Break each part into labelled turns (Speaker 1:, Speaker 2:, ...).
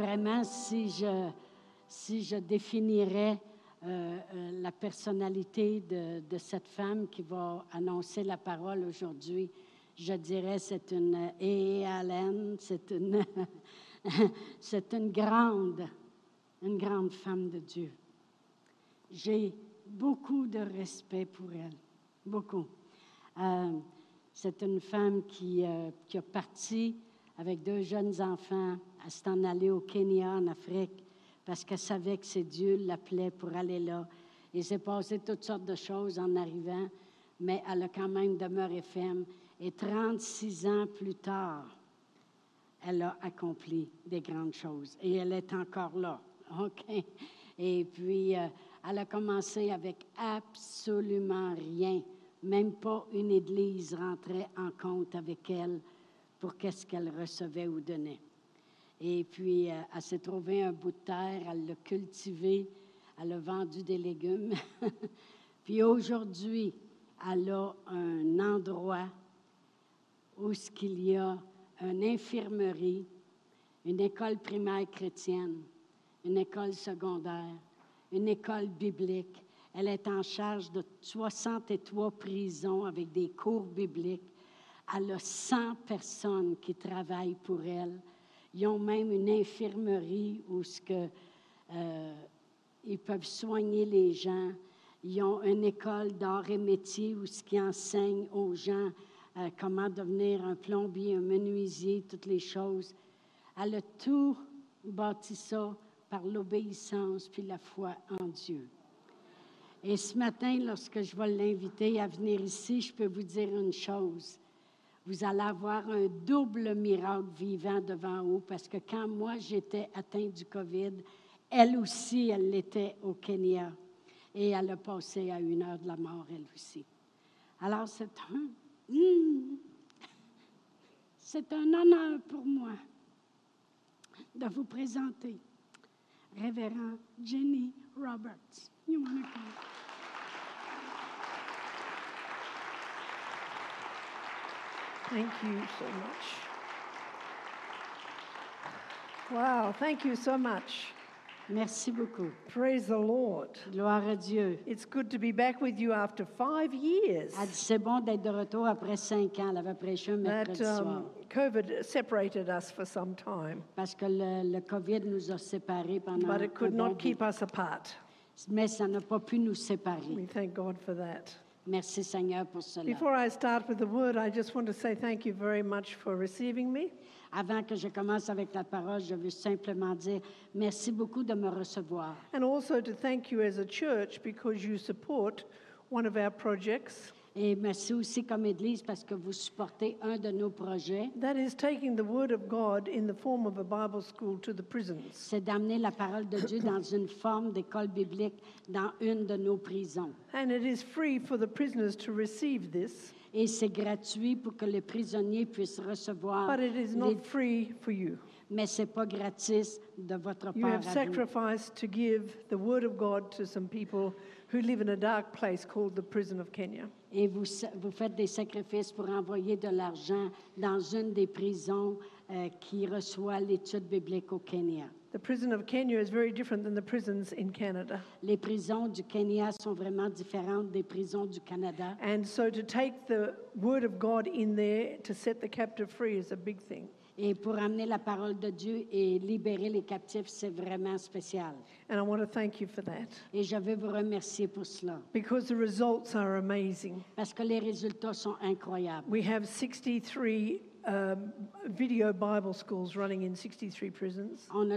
Speaker 1: Vraiment, si je, si je définirais euh, euh, la personnalité de, de cette femme qui va annoncer la parole aujourd'hui, je dirais c'est une eh, Hélène, c'est une, c'est une grande, une grande femme de Dieu. J'ai beaucoup de respect pour elle, beaucoup. Euh, c'est une femme qui, euh, qui a parti avec deux jeunes enfants à s'en aller au Kenya, en Afrique, parce qu'elle savait que c'est Dieu l'appelait pour aller là. Il s'est passé toutes sortes de choses en arrivant, mais elle a quand même demeuré ferme. Et 36 ans plus tard, elle a accompli des grandes choses. Et elle est encore là. OK? Et puis, euh, elle a commencé avec absolument rien. Même pas une église rentrait en compte avec elle pour qu'est-ce qu'elle recevait ou donnait. Et puis, euh, elle s'est trouvée un bout de terre, elle l'a cultivé, elle a vendu des légumes. puis aujourd'hui, elle a un endroit où ce qu'il y a une infirmerie, une école primaire chrétienne, une école secondaire, une école biblique. Elle est en charge de 63 prisons avec des cours bibliques. Elle a 100 personnes qui travaillent pour elle. Ils ont même une infirmerie où ce que, euh, ils peuvent soigner les gens. Ils ont une école d'art et métier où ce qui enseigne aux gens euh, comment devenir un plombier, un menuisier, toutes les choses. Elle a tout bâti ça par l'obéissance puis la foi en Dieu. Et ce matin, lorsque je vais l'inviter à venir ici, je peux vous dire une chose. Vous allez avoir un double miracle vivant devant vous parce que quand moi j'étais atteinte du COVID, elle aussi, elle l'était au Kenya et elle a passé à une heure de la mort, elle aussi. Alors c'est un Mmh. C'est un honneur pour moi de vous présenter Révérend Jenny Roberts. You wanna come?
Speaker 2: Thank you so much. Wow, thank you so much.
Speaker 1: Merci beaucoup.
Speaker 2: Praise the Lord.
Speaker 1: Gloire à Dieu.
Speaker 2: It's good to be back with you after five years
Speaker 1: Elle dit c'est bon d'être de retour après cinq ans. Elle avait prêché un
Speaker 2: that
Speaker 1: mercredi soir.
Speaker 2: um, COVID separated us for some time,
Speaker 1: Parce que le, le COVID nous a séparés pendant
Speaker 2: but it could
Speaker 1: un bon
Speaker 2: not keep us apart.
Speaker 1: bout. Mais ça n'a pas pu nous séparer.
Speaker 2: We thank God for that.
Speaker 1: Merci Seigneur pour cela.
Speaker 2: Before I start with the word, I just want to say thank you very much for receiving me.
Speaker 1: Avant que je commence avec la parole, je veux simplement dire merci beaucoup de me recevoir.
Speaker 2: And also to thank you as a church because you support one of our projects
Speaker 1: Et merci aussi comme Église parce que vous supportez un de nos projets,
Speaker 2: that is taking the Word of God in the form of a Bible school to the prisons.
Speaker 1: c'est d'amener la parole de Dieu dans une forme d'école biblique dans une de nos prisons.
Speaker 2: And it is free for the prisoners to receive this,
Speaker 1: Et c'est gratuit pour que les prisonniers puissent recevoir,
Speaker 2: but it is
Speaker 1: les-
Speaker 2: not free for you.
Speaker 1: mais c'est pas gratis de votre
Speaker 2: You
Speaker 1: part
Speaker 2: have
Speaker 1: à vous.
Speaker 2: sacrificed to give the Word of God to some people who live in a dark place called the prison of Kenya.
Speaker 1: Et vous, sa- vous faites des sacrifices pour envoyer de l'argent dans une des prisons euh, qui reçoit l'étude biblique au Kenya.
Speaker 2: The prison of Kenya is very different than the prisons in Canada.
Speaker 1: Les prisons du Kenya sont vraiment différentes des prisons du Canada.
Speaker 2: And so to take the word of God in there to set the captive free is a big thing.
Speaker 1: Et pour amener la parole de Dieu et libérer les captifs, c'est vraiment spécial.
Speaker 2: And I want to thank you for that
Speaker 1: Et je veux vous remercier pour cela,
Speaker 2: because the results are amazing.
Speaker 1: parce que les résultats sont incroyables.
Speaker 2: We have 63 um, video Bible schools running in 63 prisons.
Speaker 1: On a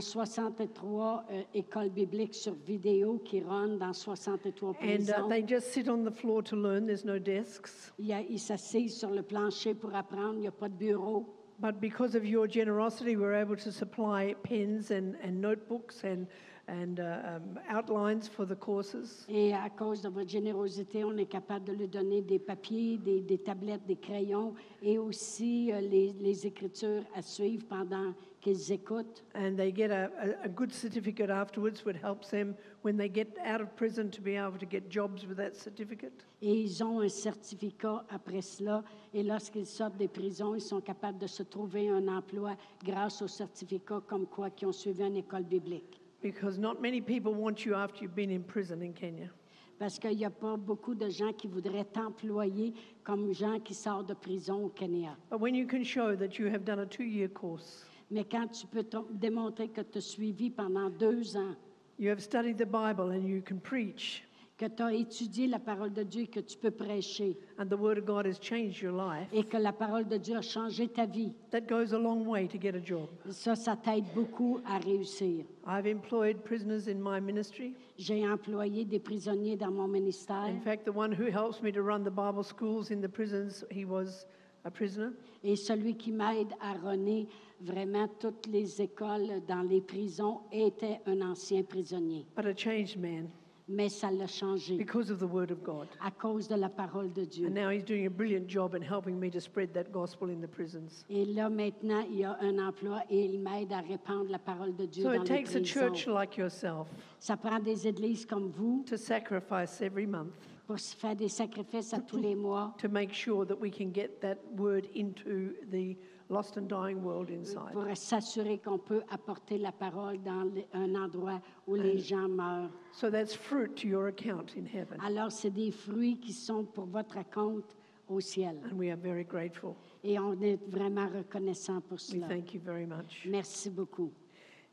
Speaker 1: 63 euh, écoles bibliques sur vidéo qui ronnent dans 63
Speaker 2: And uh,
Speaker 1: prisons.
Speaker 2: they just sit on the floor to learn, there's no desks.
Speaker 1: Il y a- Ils s'assisent sur le plancher pour apprendre, il n'y a pas de bureau.
Speaker 2: But because of your generosity, we're able to supply pens and, and notebooks and, and uh, um, outlines for the courses.
Speaker 1: Et à cause de votre générosité, on est capable de lui donner des papiers, des, des tablettes, des crayons et aussi euh, les, les écritures à suivre pendant qu'ils écoutent.
Speaker 2: and they get a, a, a good certificate afterwards, which helps them when they get out of prison to be able to get jobs with that certificate.
Speaker 1: Et ils ont un certificat après cela. Et lorsqu'ils sortent des prisons, ils sont capables de se trouver un emploi grâce au certificat comme quoi qu'ils ont suivi une école biblique.
Speaker 2: Because not many people want you after you've been in prison in Kenya.
Speaker 1: Parce qu'il n'y a pas beaucoup de gens qui voudraient t'employer comme gens qui sortent de prison au Kenya.
Speaker 2: But when you can show that you have done a two year course,
Speaker 1: Mais quand tu peux t- démontrer que tu as suivi pendant deux ans,
Speaker 2: you have studied the Bible and you can preach,
Speaker 1: que tu as étudié la parole de Dieu et que tu peux prêcher,
Speaker 2: and the Word of God has changed your life,
Speaker 1: et que la parole de Dieu a changé ta vie,
Speaker 2: that goes a long way to get a job.
Speaker 1: ça, ça t'aide beaucoup à réussir.
Speaker 2: I've employed prisoners in my ministry.
Speaker 1: J'ai employé des prisonniers dans mon ministère.
Speaker 2: In fact, the one who helps me to run the Bible schools in the prisons, he was a prisoner.
Speaker 1: Et celui qui m'aide à runner vraiment toutes les écoles dans les prisons était un ancien prisonnier.
Speaker 2: but a changed man
Speaker 1: Mais ça l'a changé
Speaker 2: because of the Word of God.
Speaker 1: à cause de la parole de
Speaker 2: And
Speaker 1: Dieu.
Speaker 2: now he's doing a brilliant job in helping me to spread that gospel in the prisons.
Speaker 1: Et là, maintenant, il y a un emploi et il m'aide à répandre la parole de Dieu
Speaker 2: So
Speaker 1: dans
Speaker 2: it
Speaker 1: les
Speaker 2: takes a church
Speaker 1: prisons.
Speaker 2: like yourself
Speaker 1: Ça prend des églises comme vous
Speaker 2: to sacrifice every month
Speaker 1: pour se faire des sacrifices à tous les mois
Speaker 2: to make sure that we can get that word into the lost and dying world inside.
Speaker 1: pour s'assurer qu'on peut apporter la parole dans le- un endroit où les gens meurent.
Speaker 2: So that's fruit to your account in heaven.
Speaker 1: Alors, c'est des fruits qui sont pour votre compte au ciel.
Speaker 2: And we are very grateful.
Speaker 1: Et on est vraiment reconnaissant pour
Speaker 2: We
Speaker 1: cela.
Speaker 2: thank you very much.
Speaker 1: Merci beaucoup.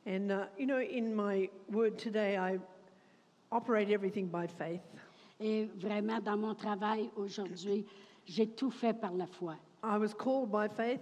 Speaker 2: And uh, you know, in my word today, I operate everything by faith.
Speaker 1: Et vraiment, dans mon travail aujourd'hui, j'ai tout fait par la foi.
Speaker 2: I was called by faith,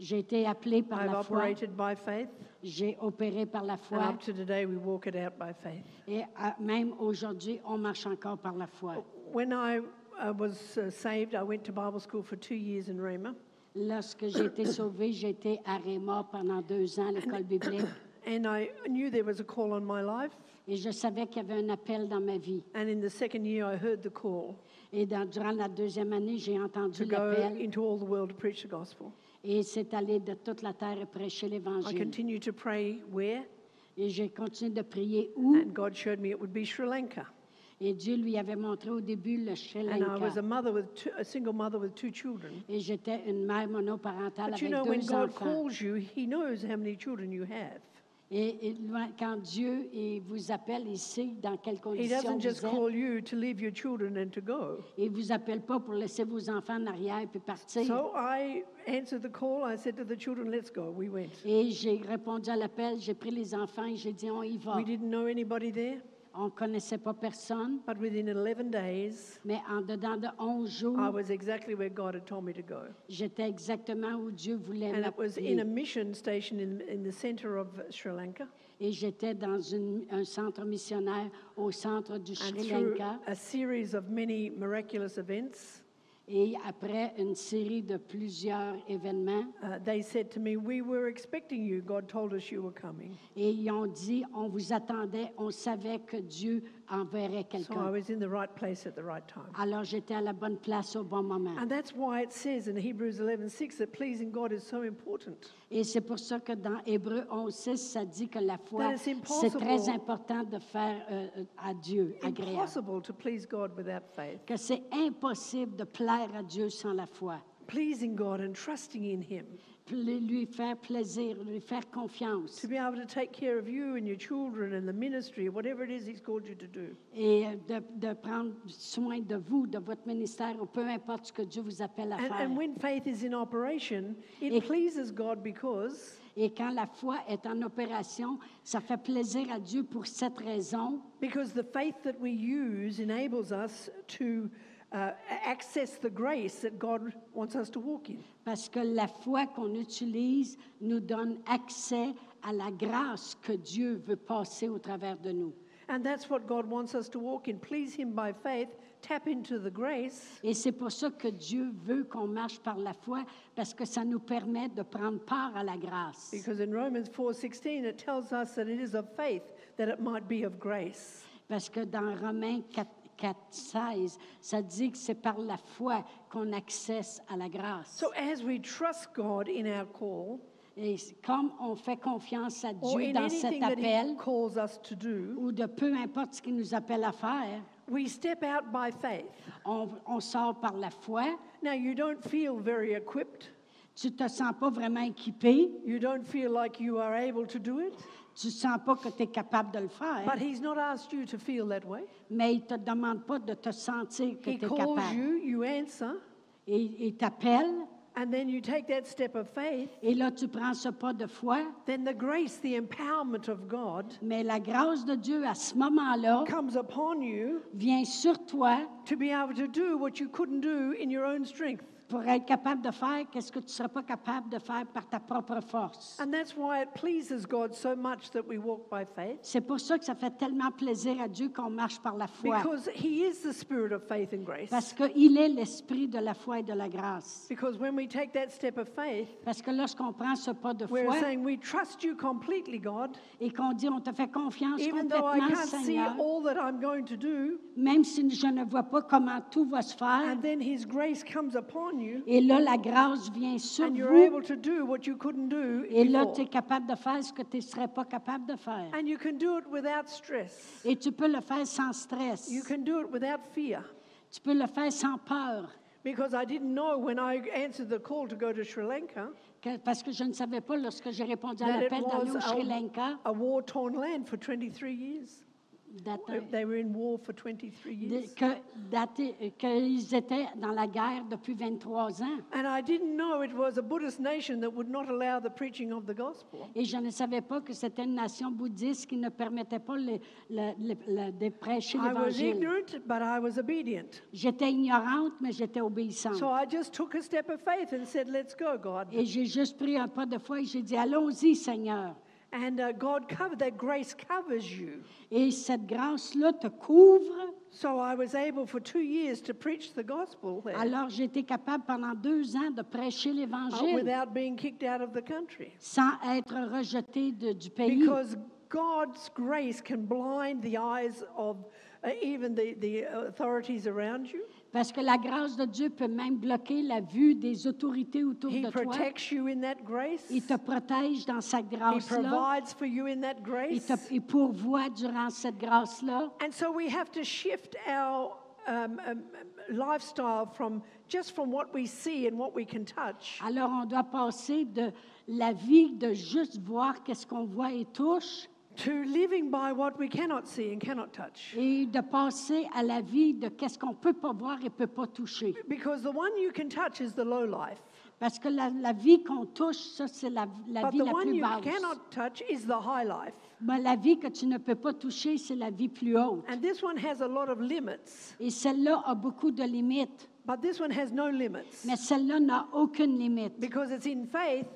Speaker 1: J'ai été appelé par
Speaker 2: I've
Speaker 1: la foi.
Speaker 2: operated by faith.
Speaker 1: J'ai opéré par la
Speaker 2: And
Speaker 1: foi.
Speaker 2: up to today, we walk it out by faith.
Speaker 1: Et à- même aujourd'hui, on marche encore par la foi.
Speaker 2: When I uh, was uh, saved, I went to Bible school for two years in Rhema.
Speaker 1: Lorsque j'ai été sauvée, j'ai été à Réma pendant deux ans à l'école biblique.
Speaker 2: And I knew there was a call on my life.
Speaker 1: Et je savais qu'il y avait un appel dans ma vie.
Speaker 2: And in the second year, I heard the call
Speaker 1: Et dans- durant la deuxième année, j'ai
Speaker 2: to
Speaker 1: entendu
Speaker 2: go
Speaker 1: l'appel.
Speaker 2: into all the world to preach the gospel.
Speaker 1: Et c'est allé de toute la terre et prêcher
Speaker 2: I
Speaker 1: l'Évangile.
Speaker 2: continued to pray where?
Speaker 1: Et j'ai continué de prier où?
Speaker 2: And God showed me it would be Sri Lanka.
Speaker 1: Et Dieu lui avait montré au début le Sri
Speaker 2: And I was a
Speaker 1: Lanka.
Speaker 2: mother with two, a single mother with two children.
Speaker 1: Et j'étais une mère monoparentale
Speaker 2: But
Speaker 1: avec
Speaker 2: you know, when
Speaker 1: deux enfants.
Speaker 2: God calls you, He knows how many children you have.
Speaker 1: Et, et loin- quand Dieu il vous appelle, il sait dans quelles
Speaker 2: He
Speaker 1: conditions
Speaker 2: doesn't just
Speaker 1: vous êtes.
Speaker 2: call you to leave your children and to go.
Speaker 1: Il ne vous appelle pas pour laisser vos enfants en arrière puis partir.
Speaker 2: So I answered the call. I said to the children, let's go. We went.
Speaker 1: et j'ai répondu à l'appel, j'ai pris les enfants et j'ai dit on y va.
Speaker 2: We didn't know anybody there,
Speaker 1: On ne connaissait pas personne,
Speaker 2: but within 11 days,
Speaker 1: mais en dedans de 11 jours,
Speaker 2: I was exactly where God had told me to go.
Speaker 1: j'étais exactement où Dieu voulait
Speaker 2: And it was in a
Speaker 1: m'appeler.
Speaker 2: mission station in, in the center of Sri Lanka.
Speaker 1: Et j'étais dans une- un centre missionnaire au centre du
Speaker 2: And
Speaker 1: Sri
Speaker 2: through
Speaker 1: Lanka.
Speaker 2: a series of many miraculous events,
Speaker 1: Et après une série de plusieurs événements,
Speaker 2: uh, they said to me, We were expecting you. God told us you were coming.
Speaker 1: et ils ont dit, on vous attendait, on savait que Dieu enverrait
Speaker 2: So I
Speaker 1: quelqu'un.
Speaker 2: was in the right place at the right time.
Speaker 1: Alors j'étais à la bonne place au bon moment.
Speaker 2: And that's why it says in Hebrews 11:6 that pleasing God is so important.
Speaker 1: Et c'est pour ça que dans Hébreu 11.6, ça dit que la foi,
Speaker 2: That it's impossible.
Speaker 1: c'est très important de faire euh, euh, à Dieu agréable.
Speaker 2: Impossible to please God without faith.
Speaker 1: Que c'est impossible de plaire à Dieu sans la foi.
Speaker 2: Pleasing God and trusting in Him.
Speaker 1: Pla- Lui faire plaisir, lui faire confiance.
Speaker 2: to be able to take care of you and your children and the ministry, whatever it is He's called you to do.
Speaker 1: Et euh, de, de prendre soin de vous, de votre ministère, ou peu importe ce que Dieu vous appelle à
Speaker 2: And,
Speaker 1: faire.
Speaker 2: and when faith is in operation, it
Speaker 1: Et-
Speaker 2: pleases God because
Speaker 1: Et quand la foi est en opération, ça fait plaisir à Dieu pour cette raison,
Speaker 2: because the faith that we use enables us to uh, access the grace that God wants us to walk in.
Speaker 1: parce que la foi qu'on utilise nous donne accès à la grâce que Dieu veut passer au travers de nous.
Speaker 2: And that's what God wants us to walk in. Please Him by faith. Tap into the grace
Speaker 1: Et c'est pour ça que Dieu veut qu'on marche par la foi, parce que ça nous permet de prendre part à la grâce.
Speaker 2: because in Romans 4:16 it tells us that it is of faith that it might be of grace.
Speaker 1: Parce que dans Romains 4, 4, 16, ça dit que c'est par la foi qu'on accède à la grâce.
Speaker 2: So as we trust God in our call,
Speaker 1: Et c- comme on fait confiance à
Speaker 2: or
Speaker 1: Dieu
Speaker 2: in
Speaker 1: dans cet
Speaker 2: Oh, anything that He
Speaker 1: appel,
Speaker 2: calls us to do,
Speaker 1: ou de peu importe ce qu'il nous appelle à faire,
Speaker 2: we step out by faith.
Speaker 1: on, on sort par la foi.
Speaker 2: Now, you don't feel very equipped.
Speaker 1: Tu te sens pas vraiment équipé.
Speaker 2: You don't feel like you are able to do it.
Speaker 1: Tu sens pas que tu es capable de le faire.
Speaker 2: But He's not asked you to feel that way.
Speaker 1: mais il te demande pas de te sentir que
Speaker 2: He
Speaker 1: tu es
Speaker 2: calls
Speaker 1: capable.
Speaker 2: you, you answer,
Speaker 1: Et il t'appelle.
Speaker 2: and then you take that step of faith.
Speaker 1: Et là, tu prends ce pas de foi.
Speaker 2: Then the grace, the empowerment of God
Speaker 1: Mais la grâce de Dieu, à ce moment-là,
Speaker 2: comes upon you
Speaker 1: vient sur toi
Speaker 2: to be able to do what you couldn't do in your own strength.
Speaker 1: pour être capable de faire qu'est-ce que tu ne serais pas capable de faire par ta propre force.
Speaker 2: And that's why it pleases God so much that we walk by faith.
Speaker 1: C'est pour ça que ça fait tellement plaisir à Dieu qu'on marche par la foi.
Speaker 2: Because He is the spirit of faith and grace.
Speaker 1: Parce qu'il est l'esprit de la foi et de la grâce.
Speaker 2: Because when we take that step of faith,
Speaker 1: Parce que lorsqu'on prend ce pas de
Speaker 2: we're
Speaker 1: foi
Speaker 2: saying, We trust you completely, God,
Speaker 1: et qu'on dit on te fait confiance
Speaker 2: even though I
Speaker 1: complètement,
Speaker 2: can't see
Speaker 1: Seigneur,
Speaker 2: all that I'm going to do.
Speaker 1: même si je ne vois pas comment tout va se faire,
Speaker 2: And then His grace comes upon you,
Speaker 1: et là la grâce vient sur
Speaker 2: and you're
Speaker 1: vous,
Speaker 2: able to do what you couldn't do.
Speaker 1: et là tu es
Speaker 2: before.
Speaker 1: capable de faire ce que tu ne serais pas capable de faire.
Speaker 2: And you can do it without stress,
Speaker 1: Et tu peux le faire sans stress.
Speaker 2: you can do it without fear.
Speaker 1: Tu peux le faire sans peur.
Speaker 2: Because I didn't know when I answered the call to go to Sri Lanka
Speaker 1: Que- parce que je ne savais pas lorsque j'ai répondu à
Speaker 2: that it
Speaker 1: l'appel d'aller
Speaker 2: was
Speaker 1: au Sri Lanka,
Speaker 2: a, a war torn land for 23 years.
Speaker 1: d'atte-
Speaker 2: They were in war for 23
Speaker 1: de-
Speaker 2: years.
Speaker 1: que- d'atte- qu'ils étaient dans la guerre depuis 23 ans.
Speaker 2: And I didn't know it was a Buddhist nation that would not allow the preaching of the gospel.
Speaker 1: Et je ne savais pas que c'était une nation bouddhiste qui ne permettait pas le- le- le- le- de prêcher
Speaker 2: I was
Speaker 1: l'Évangile.
Speaker 2: ignorant, but I was obedient.
Speaker 1: J'étais ignorante, mais j'étais obéissante.
Speaker 2: So I just took a step of faith and said, Let's go, God.
Speaker 1: Et j'ai juste pris un pas de foi et j'ai dit, allons-y, Seigneur.
Speaker 2: And uh, God covered, that grace covers you.
Speaker 1: Et cette grâce-là te couvre.
Speaker 2: So I was able for two years to preach the gospel there uh,
Speaker 1: Alors j'étais capable pendant deux ans de prêcher
Speaker 2: Ah,
Speaker 1: l'Évangile
Speaker 2: without being kicked out of the country.
Speaker 1: sans être rejetée de- du pays.
Speaker 2: Because God's grace can blind the eyes of uh, even the, the uh, authorities around you.
Speaker 1: Parce que la grâce de Dieu peut même bloquer la vue des autorités autour
Speaker 2: He
Speaker 1: de toi.
Speaker 2: protects you in that grace.
Speaker 1: Il te protège dans sa
Speaker 2: He
Speaker 1: grâce-là.
Speaker 2: provides for you in that
Speaker 1: Il,
Speaker 2: grace.
Speaker 1: te- il pourvoit durant cette grâce-là.
Speaker 2: And so we have to shift our um, um, lifestyle from just from what we see and what we can touch
Speaker 1: Alors on doit passer de la vie de juste voir qu'est-ce qu'on voit et touche
Speaker 2: to living by what we cannot see and cannot touch.
Speaker 1: et de passer à la vie de qu'est-ce qu'on peut pas voir et peut pas toucher.
Speaker 2: Because the one you can touch is the low life,
Speaker 1: Parce que la, la vie qu'on touche, ça c'est la, la
Speaker 2: but
Speaker 1: vie
Speaker 2: the
Speaker 1: la
Speaker 2: one
Speaker 1: plus
Speaker 2: you
Speaker 1: basse.
Speaker 2: cannot touch is the high life.
Speaker 1: Mais la vie que tu ne peux pas toucher, c'est la vie plus haute.
Speaker 2: And this one has a lot of limits,
Speaker 1: Et celle-là a beaucoup de limites.
Speaker 2: but this one has no limits
Speaker 1: Mais celle-là n'a aucune limite
Speaker 2: because it's in faith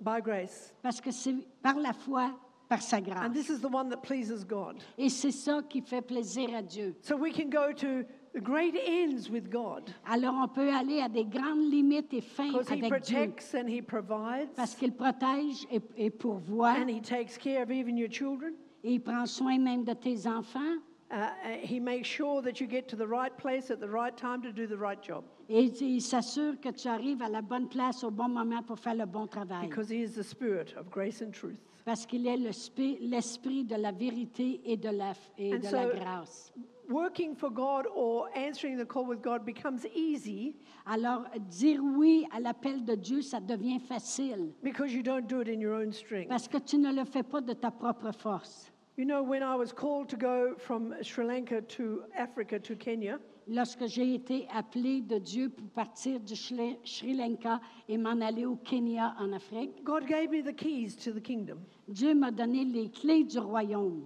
Speaker 2: by grace.
Speaker 1: parce que c'est par la foi, par sa
Speaker 2: And
Speaker 1: grâce.
Speaker 2: this is the one that pleases God.
Speaker 1: Et c'est ça qui fait plaisir à Dieu.
Speaker 2: So we can go to great ends with God
Speaker 1: Alors on peut aller à des grandes limites et fins
Speaker 2: because He
Speaker 1: avec Dieu
Speaker 2: protects and He provides
Speaker 1: parce qu'il protège et, et pourvoit
Speaker 2: and He takes care of even your children.
Speaker 1: et il prend soin même de tes enfants
Speaker 2: Uh, uh, he makes sure that you get to the right place at the right time to do the right job
Speaker 1: et il s'assure que tu arrives à la bonne place au bon moment pour faire le bon travail
Speaker 2: because He is the Spirit of grace and truth.
Speaker 1: parce qu'il est le spi- l'esprit de la vérité et de la, f- et
Speaker 2: And
Speaker 1: de la
Speaker 2: so-
Speaker 1: grâce.
Speaker 2: Working for God or answering the call with God becomes easy
Speaker 1: Alors dire oui à l'appel de Dieu, ça devient facile.
Speaker 2: because you don't do it in your own strength.
Speaker 1: Parce que tu ne le fais pas de ta propre force.
Speaker 2: You know, when I was called to go from Sri Lanka to Africa to Kenya,
Speaker 1: Lorsque j'ai été appelé de Dieu pour partir du Shri Sri Lanka et m'en aller au Kenya en Afrique,
Speaker 2: God gave me the keys to the kingdom.
Speaker 1: Dieu m'a donné les clés du royaume.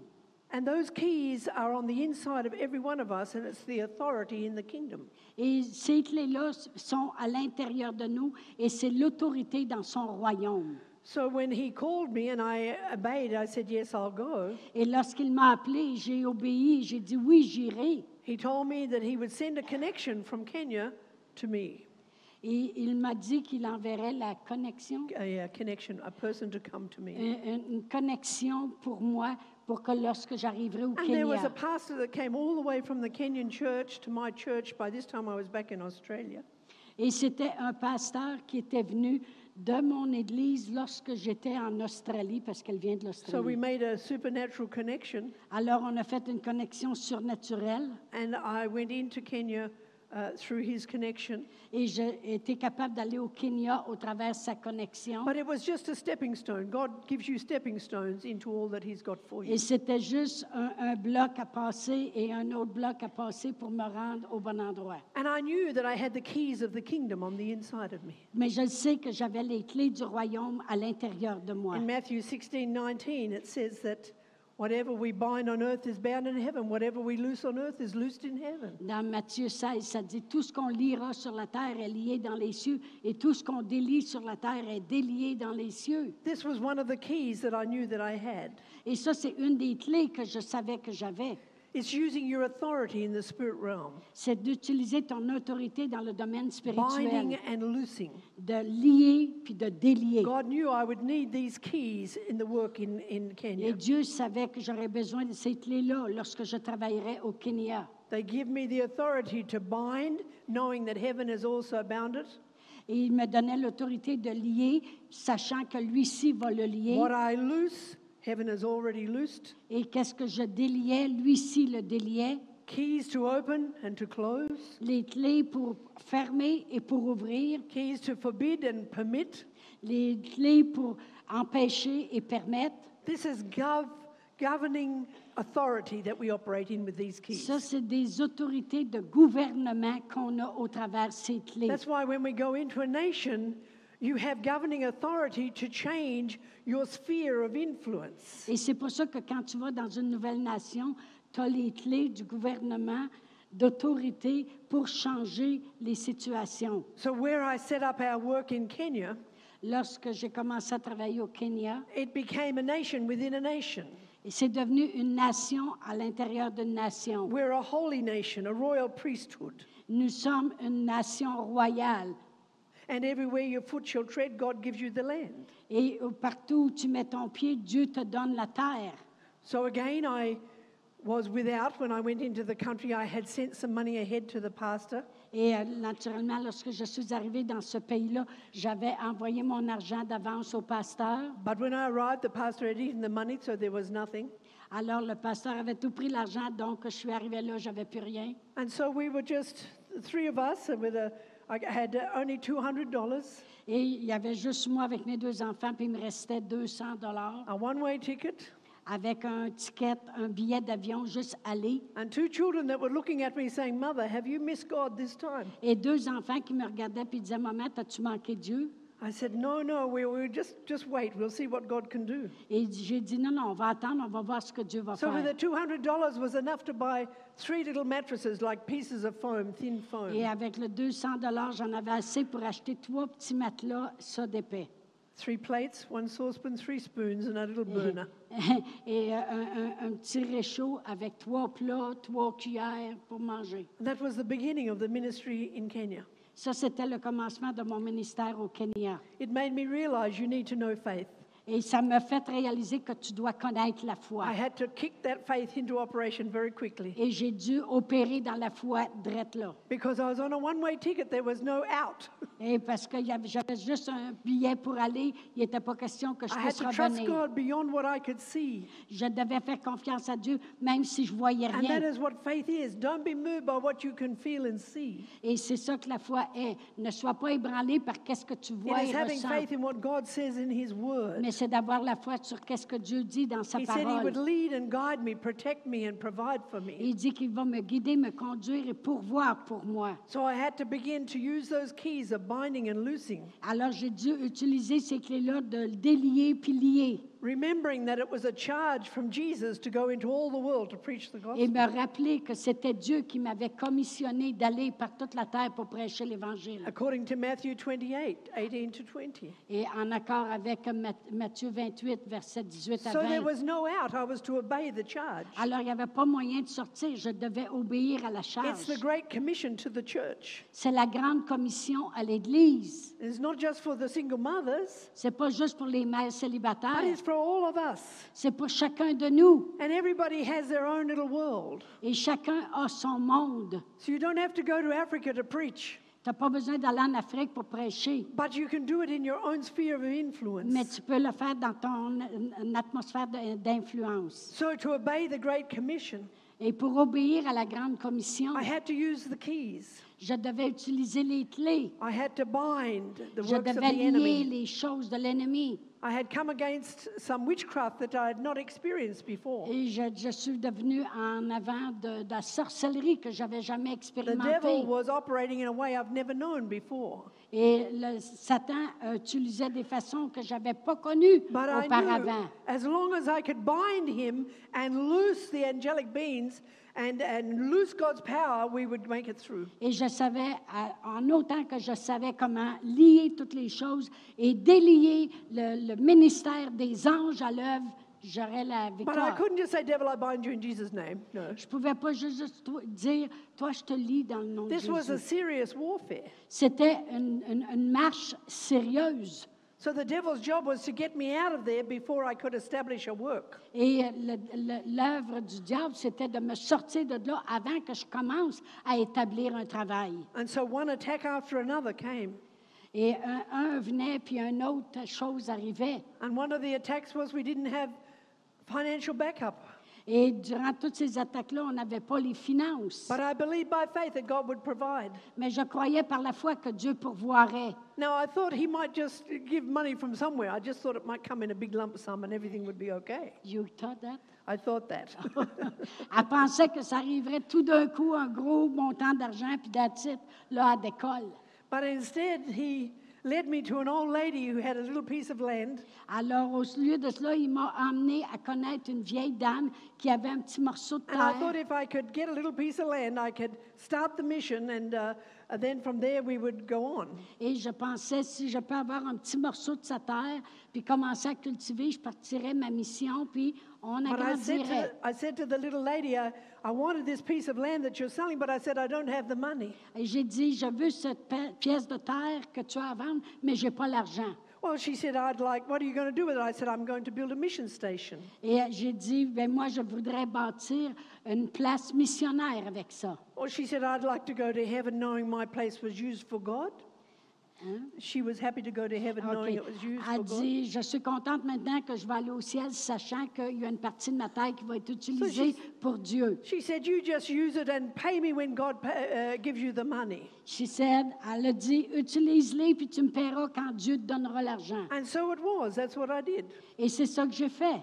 Speaker 2: And those keys are on the inside of every one of us, and it's the authority in the kingdom.
Speaker 1: Et ces clés-là s- sont à l'intérieur de nous et c'est l'autorité dans son royaume.
Speaker 2: So when he called me and I obeyed, I said, Yes, I'll go.
Speaker 1: Et lorsqu'il m'a appelé, j'ai obéi, j'ai dit oui, j'irai.
Speaker 2: He told me that he would send a connection from Kenya to me,
Speaker 1: Et il m'a dit qu'il enverrait la connexion.
Speaker 2: a, uh, connection, a person to come to me.
Speaker 1: une, une- une connexion pour moi pour que lorsque j'arriverai au
Speaker 2: And there was a
Speaker 1: Kenya.
Speaker 2: pastor that came all the way from the Kenyan church to my church. By this time, I was back in Australia.
Speaker 1: Et c'était un pasteur qui était venu de mon Église lorsque j'étais en Australie, parce qu'elle vient de
Speaker 2: So we
Speaker 1: l'Australie.
Speaker 2: made a supernatural connection,
Speaker 1: Alors, on a fait une connexion surnaturelle
Speaker 2: and I went into Kenya uh, through his connection.
Speaker 1: et j'ai été capable d'aller au Kenya au travers de sa connexion.
Speaker 2: But it was just a stepping stone. God gives you stepping stones into all that He's got for you.
Speaker 1: Et c'était juste un, un bloc à passer et un autre bloc à passer pour me rendre au bon endroit.
Speaker 2: And I knew that I had the keys of the kingdom on the inside of me.
Speaker 1: Mais je le sais que j'avais les clés du royaume à l'intérieur de moi.
Speaker 2: In Matthew 16 19, it says that whatever we bind on earth is bound in heaven, whatever we loose on earth is loosed in heaven.
Speaker 1: Dans Matthieu 16, ça dit Tout ce qu'on lira sur la terre est lié dans les cieux, et tout ce qu'on délie sur la terre est délié dans les cieux.
Speaker 2: This was one of the keys that I knew that I had.
Speaker 1: Et ça, c'est une des clés que je savais que j'avais.
Speaker 2: It's using your authority in the spirit realm,
Speaker 1: C'est d'utiliser ton autorité dans le domaine
Speaker 2: binding
Speaker 1: spirituel,
Speaker 2: and loosing.
Speaker 1: de lier puis de délier.
Speaker 2: God knew I would need these keys in the work in, in
Speaker 1: Et
Speaker 2: Kenya.
Speaker 1: Dieu savait que j'aurais besoin de ces clés-là lorsque je travaillerais au Kenya.
Speaker 2: They give me the authority to bind, knowing that heaven has also bound it.
Speaker 1: Et il me donnait l'autorité de lier, sachant que lui-ci va le lier.
Speaker 2: What I loose, heaven has already loosed.
Speaker 1: Et qu'est-ce que je déliais, lui-ci le déliait.
Speaker 2: Keys to open and to close.
Speaker 1: Les clés pour fermer et pour ouvrir.
Speaker 2: Keys to forbid and permit.
Speaker 1: Les clés pour empêcher et permettre.
Speaker 2: This is gov- governing authority that we operate in with these keys.
Speaker 1: Ça, c'est des autorités de gouvernement qu'on a au travers de ces clés.
Speaker 2: That's why when we go into a nation, you have governing authority to change your sphere of influence.
Speaker 1: Et c'est pour ça que quand tu vas dans une nouvelle nation, tu as les clés du gouvernement, d'autorité pour changer les situations.
Speaker 2: So, where I set up our work in Kenya,
Speaker 1: Lorsque j'ai commencé à travailler au Kenya,
Speaker 2: it became a nation within a nation.
Speaker 1: et c'est devenu une nation à l'intérieur d'une nation.
Speaker 2: We're a holy nation, a royal priesthood.
Speaker 1: Nous sommes une nation royale.
Speaker 2: And everywhere your foot shall tread, God gives you the land.
Speaker 1: Et euh, partout où tu mets ton pied, Dieu te donne la terre.
Speaker 2: So again, I was without when I went into the country. I had sent some money ahead to the pastor.
Speaker 1: Et euh, naturellement, lorsque je suis arrivée dans ce pays-là, j'avais envoyé mon argent d'avance au pasteur.
Speaker 2: But when I arrived, the pastor had eaten the money, so there was nothing.
Speaker 1: Alors, le pasteur avait tout pris l'argent, donc je suis arrivée là, j'avais plus rien.
Speaker 2: And so we were just the three of us, and with a, I had only two hundred dollars,
Speaker 1: Et il y avait juste moi avec mes deux enfants, puis il me restait 200 dollars
Speaker 2: a one-way ticket,
Speaker 1: avec un ticket, un billet d'avion, juste aller.
Speaker 2: and two children that were looking at me saying, "Mother, have you missed God this time?"
Speaker 1: Et deux enfants qui me regardaient puis disaient, maman, as-tu manqué Dieu?
Speaker 2: I said, "No, no, we we just just wait. We'll see what God can do."
Speaker 1: Et j'ai dit, non, non, on va attendre, on va voir ce que Dieu va
Speaker 2: So with the
Speaker 1: faire.
Speaker 2: two hundred dollars was enough to buy three little mattresses, like pieces of foam, thin foam.
Speaker 1: Et avec le 200 dollars, j'en avais assez pour acheter trois petits matelas, ça d'épais.
Speaker 2: Three plates, one saucepan, three spoons, and a little burner.
Speaker 1: Et euh, un, un- un petit réchaud avec trois plats, trois cuillères pour manger.
Speaker 2: And that was the beginning of the ministry in Kenya.
Speaker 1: Ça, c'était le commencement de mon ministère au Kenya.
Speaker 2: It made me realize you need to know faith.
Speaker 1: Et ça me fait réaliser que tu dois connaître la foi.
Speaker 2: I had to kick that faith into operation very quickly
Speaker 1: Et j'ai dû opérer dans la foi drette là.
Speaker 2: because I was on a one way ticket. There was no out.
Speaker 1: Et parce que y avait- j'avais juste un billet pour aller, il n'était pas question que je
Speaker 2: I had
Speaker 1: puisse
Speaker 2: to trust
Speaker 1: revenir.
Speaker 2: God beyond what I could see.
Speaker 1: Je devais faire confiance à Dieu, même si je voyais
Speaker 2: And that
Speaker 1: rien.
Speaker 2: is what faith is. Don't be moved by what you can feel and see.
Speaker 1: Et c'est ça que la foi est. Ne sois pas ébranlé par qu'est-ce que tu vois
Speaker 2: It is
Speaker 1: et
Speaker 2: having
Speaker 1: ressens,
Speaker 2: faith in what God says in His Word.
Speaker 1: mais c'est d'avoir la foi sur qu'est-ce que Dieu dit dans sa
Speaker 2: He said He would
Speaker 1: parole.
Speaker 2: lead and guide me, protect me, and provide for me.
Speaker 1: Il dit qu'il va me guider, me conduire et pourvoir pour moi.
Speaker 2: So I had to begin to use those keys of binding and loosing,
Speaker 1: Alors j'ai dû utiliser ces clés-là de le délier puis lier.
Speaker 2: remembering that it was a charge from Jesus to go into all the world to preach the
Speaker 1: et
Speaker 2: gospel.
Speaker 1: me rappeler que c'était Dieu qui m'avait commissionné d'aller par toute la terre pour prêcher l'Évangile.
Speaker 2: According to Matthew 28 18 to 20.
Speaker 1: Et en accord avec Math- Matthieu 28, verset 18 à
Speaker 2: So there
Speaker 1: 20.
Speaker 2: was no out. I was to obey the charge.
Speaker 1: Alors, il n'y avait pas moyen de sortir. Je devais obéir à la
Speaker 2: It's the
Speaker 1: charge.
Speaker 2: Great Commission to the church.
Speaker 1: C'est la grande commission à l'Église.
Speaker 2: It's not just for the single mothers,
Speaker 1: C'est pas juste pour les mères
Speaker 2: but
Speaker 1: célibataires.
Speaker 2: it's for all of us.
Speaker 1: C'est pour chacun de nous.
Speaker 2: And everybody has their own little world.
Speaker 1: Et chacun a son monde.
Speaker 2: So you don't have to go to Africa to preach.
Speaker 1: Tu n'as pas besoin d'aller en Afrique pour prêcher,
Speaker 2: But you can do it in your own sphere of influence.
Speaker 1: mais tu peux le faire dans ton euh, atmosphère de- d'influence.
Speaker 2: So, to obey the Great Commission,
Speaker 1: Et pour obéir à la grande commission,
Speaker 2: I had to use the keys.
Speaker 1: je devais utiliser les clés.
Speaker 2: I had to bind the
Speaker 1: Je
Speaker 2: works of the
Speaker 1: devais lier
Speaker 2: enemy.
Speaker 1: les choses de l'ennemi.
Speaker 2: I had come against some witchcraft that I had not experienced before.
Speaker 1: Et je, je suis devenue en avant de, de la sorcellerie que j'avais jamais
Speaker 2: The devil
Speaker 1: expérimentée.
Speaker 2: was operating in a way I've never known before.
Speaker 1: Et le Satan euh, utilisait des façons que j'avais pas connues
Speaker 2: But I
Speaker 1: auparavant.
Speaker 2: knew as long as I could bind him and loose the angelic beings and, and loose God's power, we would make it through.
Speaker 1: Et je savais, à- en autant que je savais comment lier toutes les choses et délier le, le ministère des anges à l'œuvre, j'aurais la
Speaker 2: But I
Speaker 1: victoire.
Speaker 2: couldn't just say, Devil, I bind you in Jesus' name. No.
Speaker 1: Je pouvais pas ju- juste to- dire, toi, je te lis dans le nom de
Speaker 2: This was
Speaker 1: Jésus.
Speaker 2: a serious warfare.
Speaker 1: C'était une, une- une marche sérieuse.
Speaker 2: So the devil's job was to get me out of there before I could establish a work.
Speaker 1: Et le- le- l'œuvre du diable, c'était de me sortir de là avant que je commence à établir un travail.
Speaker 2: And so one attack after another came.
Speaker 1: Et un, un venait, puis une autre chose arrivait.
Speaker 2: And one of the attacks was we didn't have financial backup.
Speaker 1: Et durant toutes ces attaques-là, on n'avait pas les finances.
Speaker 2: But I believed by faith that God would provide.
Speaker 1: Mais je croyais par la foi que Dieu pourvoirait.
Speaker 2: Now, I thought he might just give money from somewhere. I just thought it might come in a big lump sum and everything would be okay.
Speaker 1: You thought that?
Speaker 2: I thought that.
Speaker 1: Elle pensait que ça arriverait tout d'un coup, un gros montant d'argent, puis d'attitude, là, à l'école.
Speaker 2: but instead, he led me to an old lady who had a little piece of land
Speaker 1: Alors, au lieu de cela, il m'a emmené à connaître une vieille dame qui avait un petit morceau de
Speaker 2: And I
Speaker 1: terre.
Speaker 2: thought if I could get a little piece of land, I could start the mission, and uh, and then from there we would go on.
Speaker 1: Et je pensais, si je peux avoir un petit morceau de sa terre, puis commencer à cultiver, je partirais ma mission, puis on
Speaker 2: But I said, to
Speaker 1: agrandirait.
Speaker 2: the, I said to the little lady, I, I wanted this piece of land that you're selling, but I said, I don't have the money.
Speaker 1: Et j'ai dit, je veux cette pe- pièce de terre que tu as à vendre, mais j'ai pas l'argent.
Speaker 2: Well, she said, I'd like, what are you going to do with it? I said, I'm going to build a mission station.
Speaker 1: Et euh, j'ai dit, ben moi, je voudrais bâtir une place missionnaire avec ça.
Speaker 2: Or she said, I'd like to go to heaven knowing my place was used for God.
Speaker 1: Hein?
Speaker 2: She was happy to go to heaven knowing
Speaker 1: OK.
Speaker 2: it was used
Speaker 1: Elle
Speaker 2: for God.
Speaker 1: dit, je suis contente maintenant que je vais aller au ciel, sachant qu'il y a une partie de ma terre qui va être utilisée
Speaker 2: she's-
Speaker 1: pour Dieu.
Speaker 2: She said, You just use it and pay me when God pa- uh, gives you the money.
Speaker 1: She said, elle a dit, utilise-les, puis tu me paieras quand Dieu te donnera l'argent.
Speaker 2: And so it was. That's what I did.
Speaker 1: Et c'est ça que j'ai fait.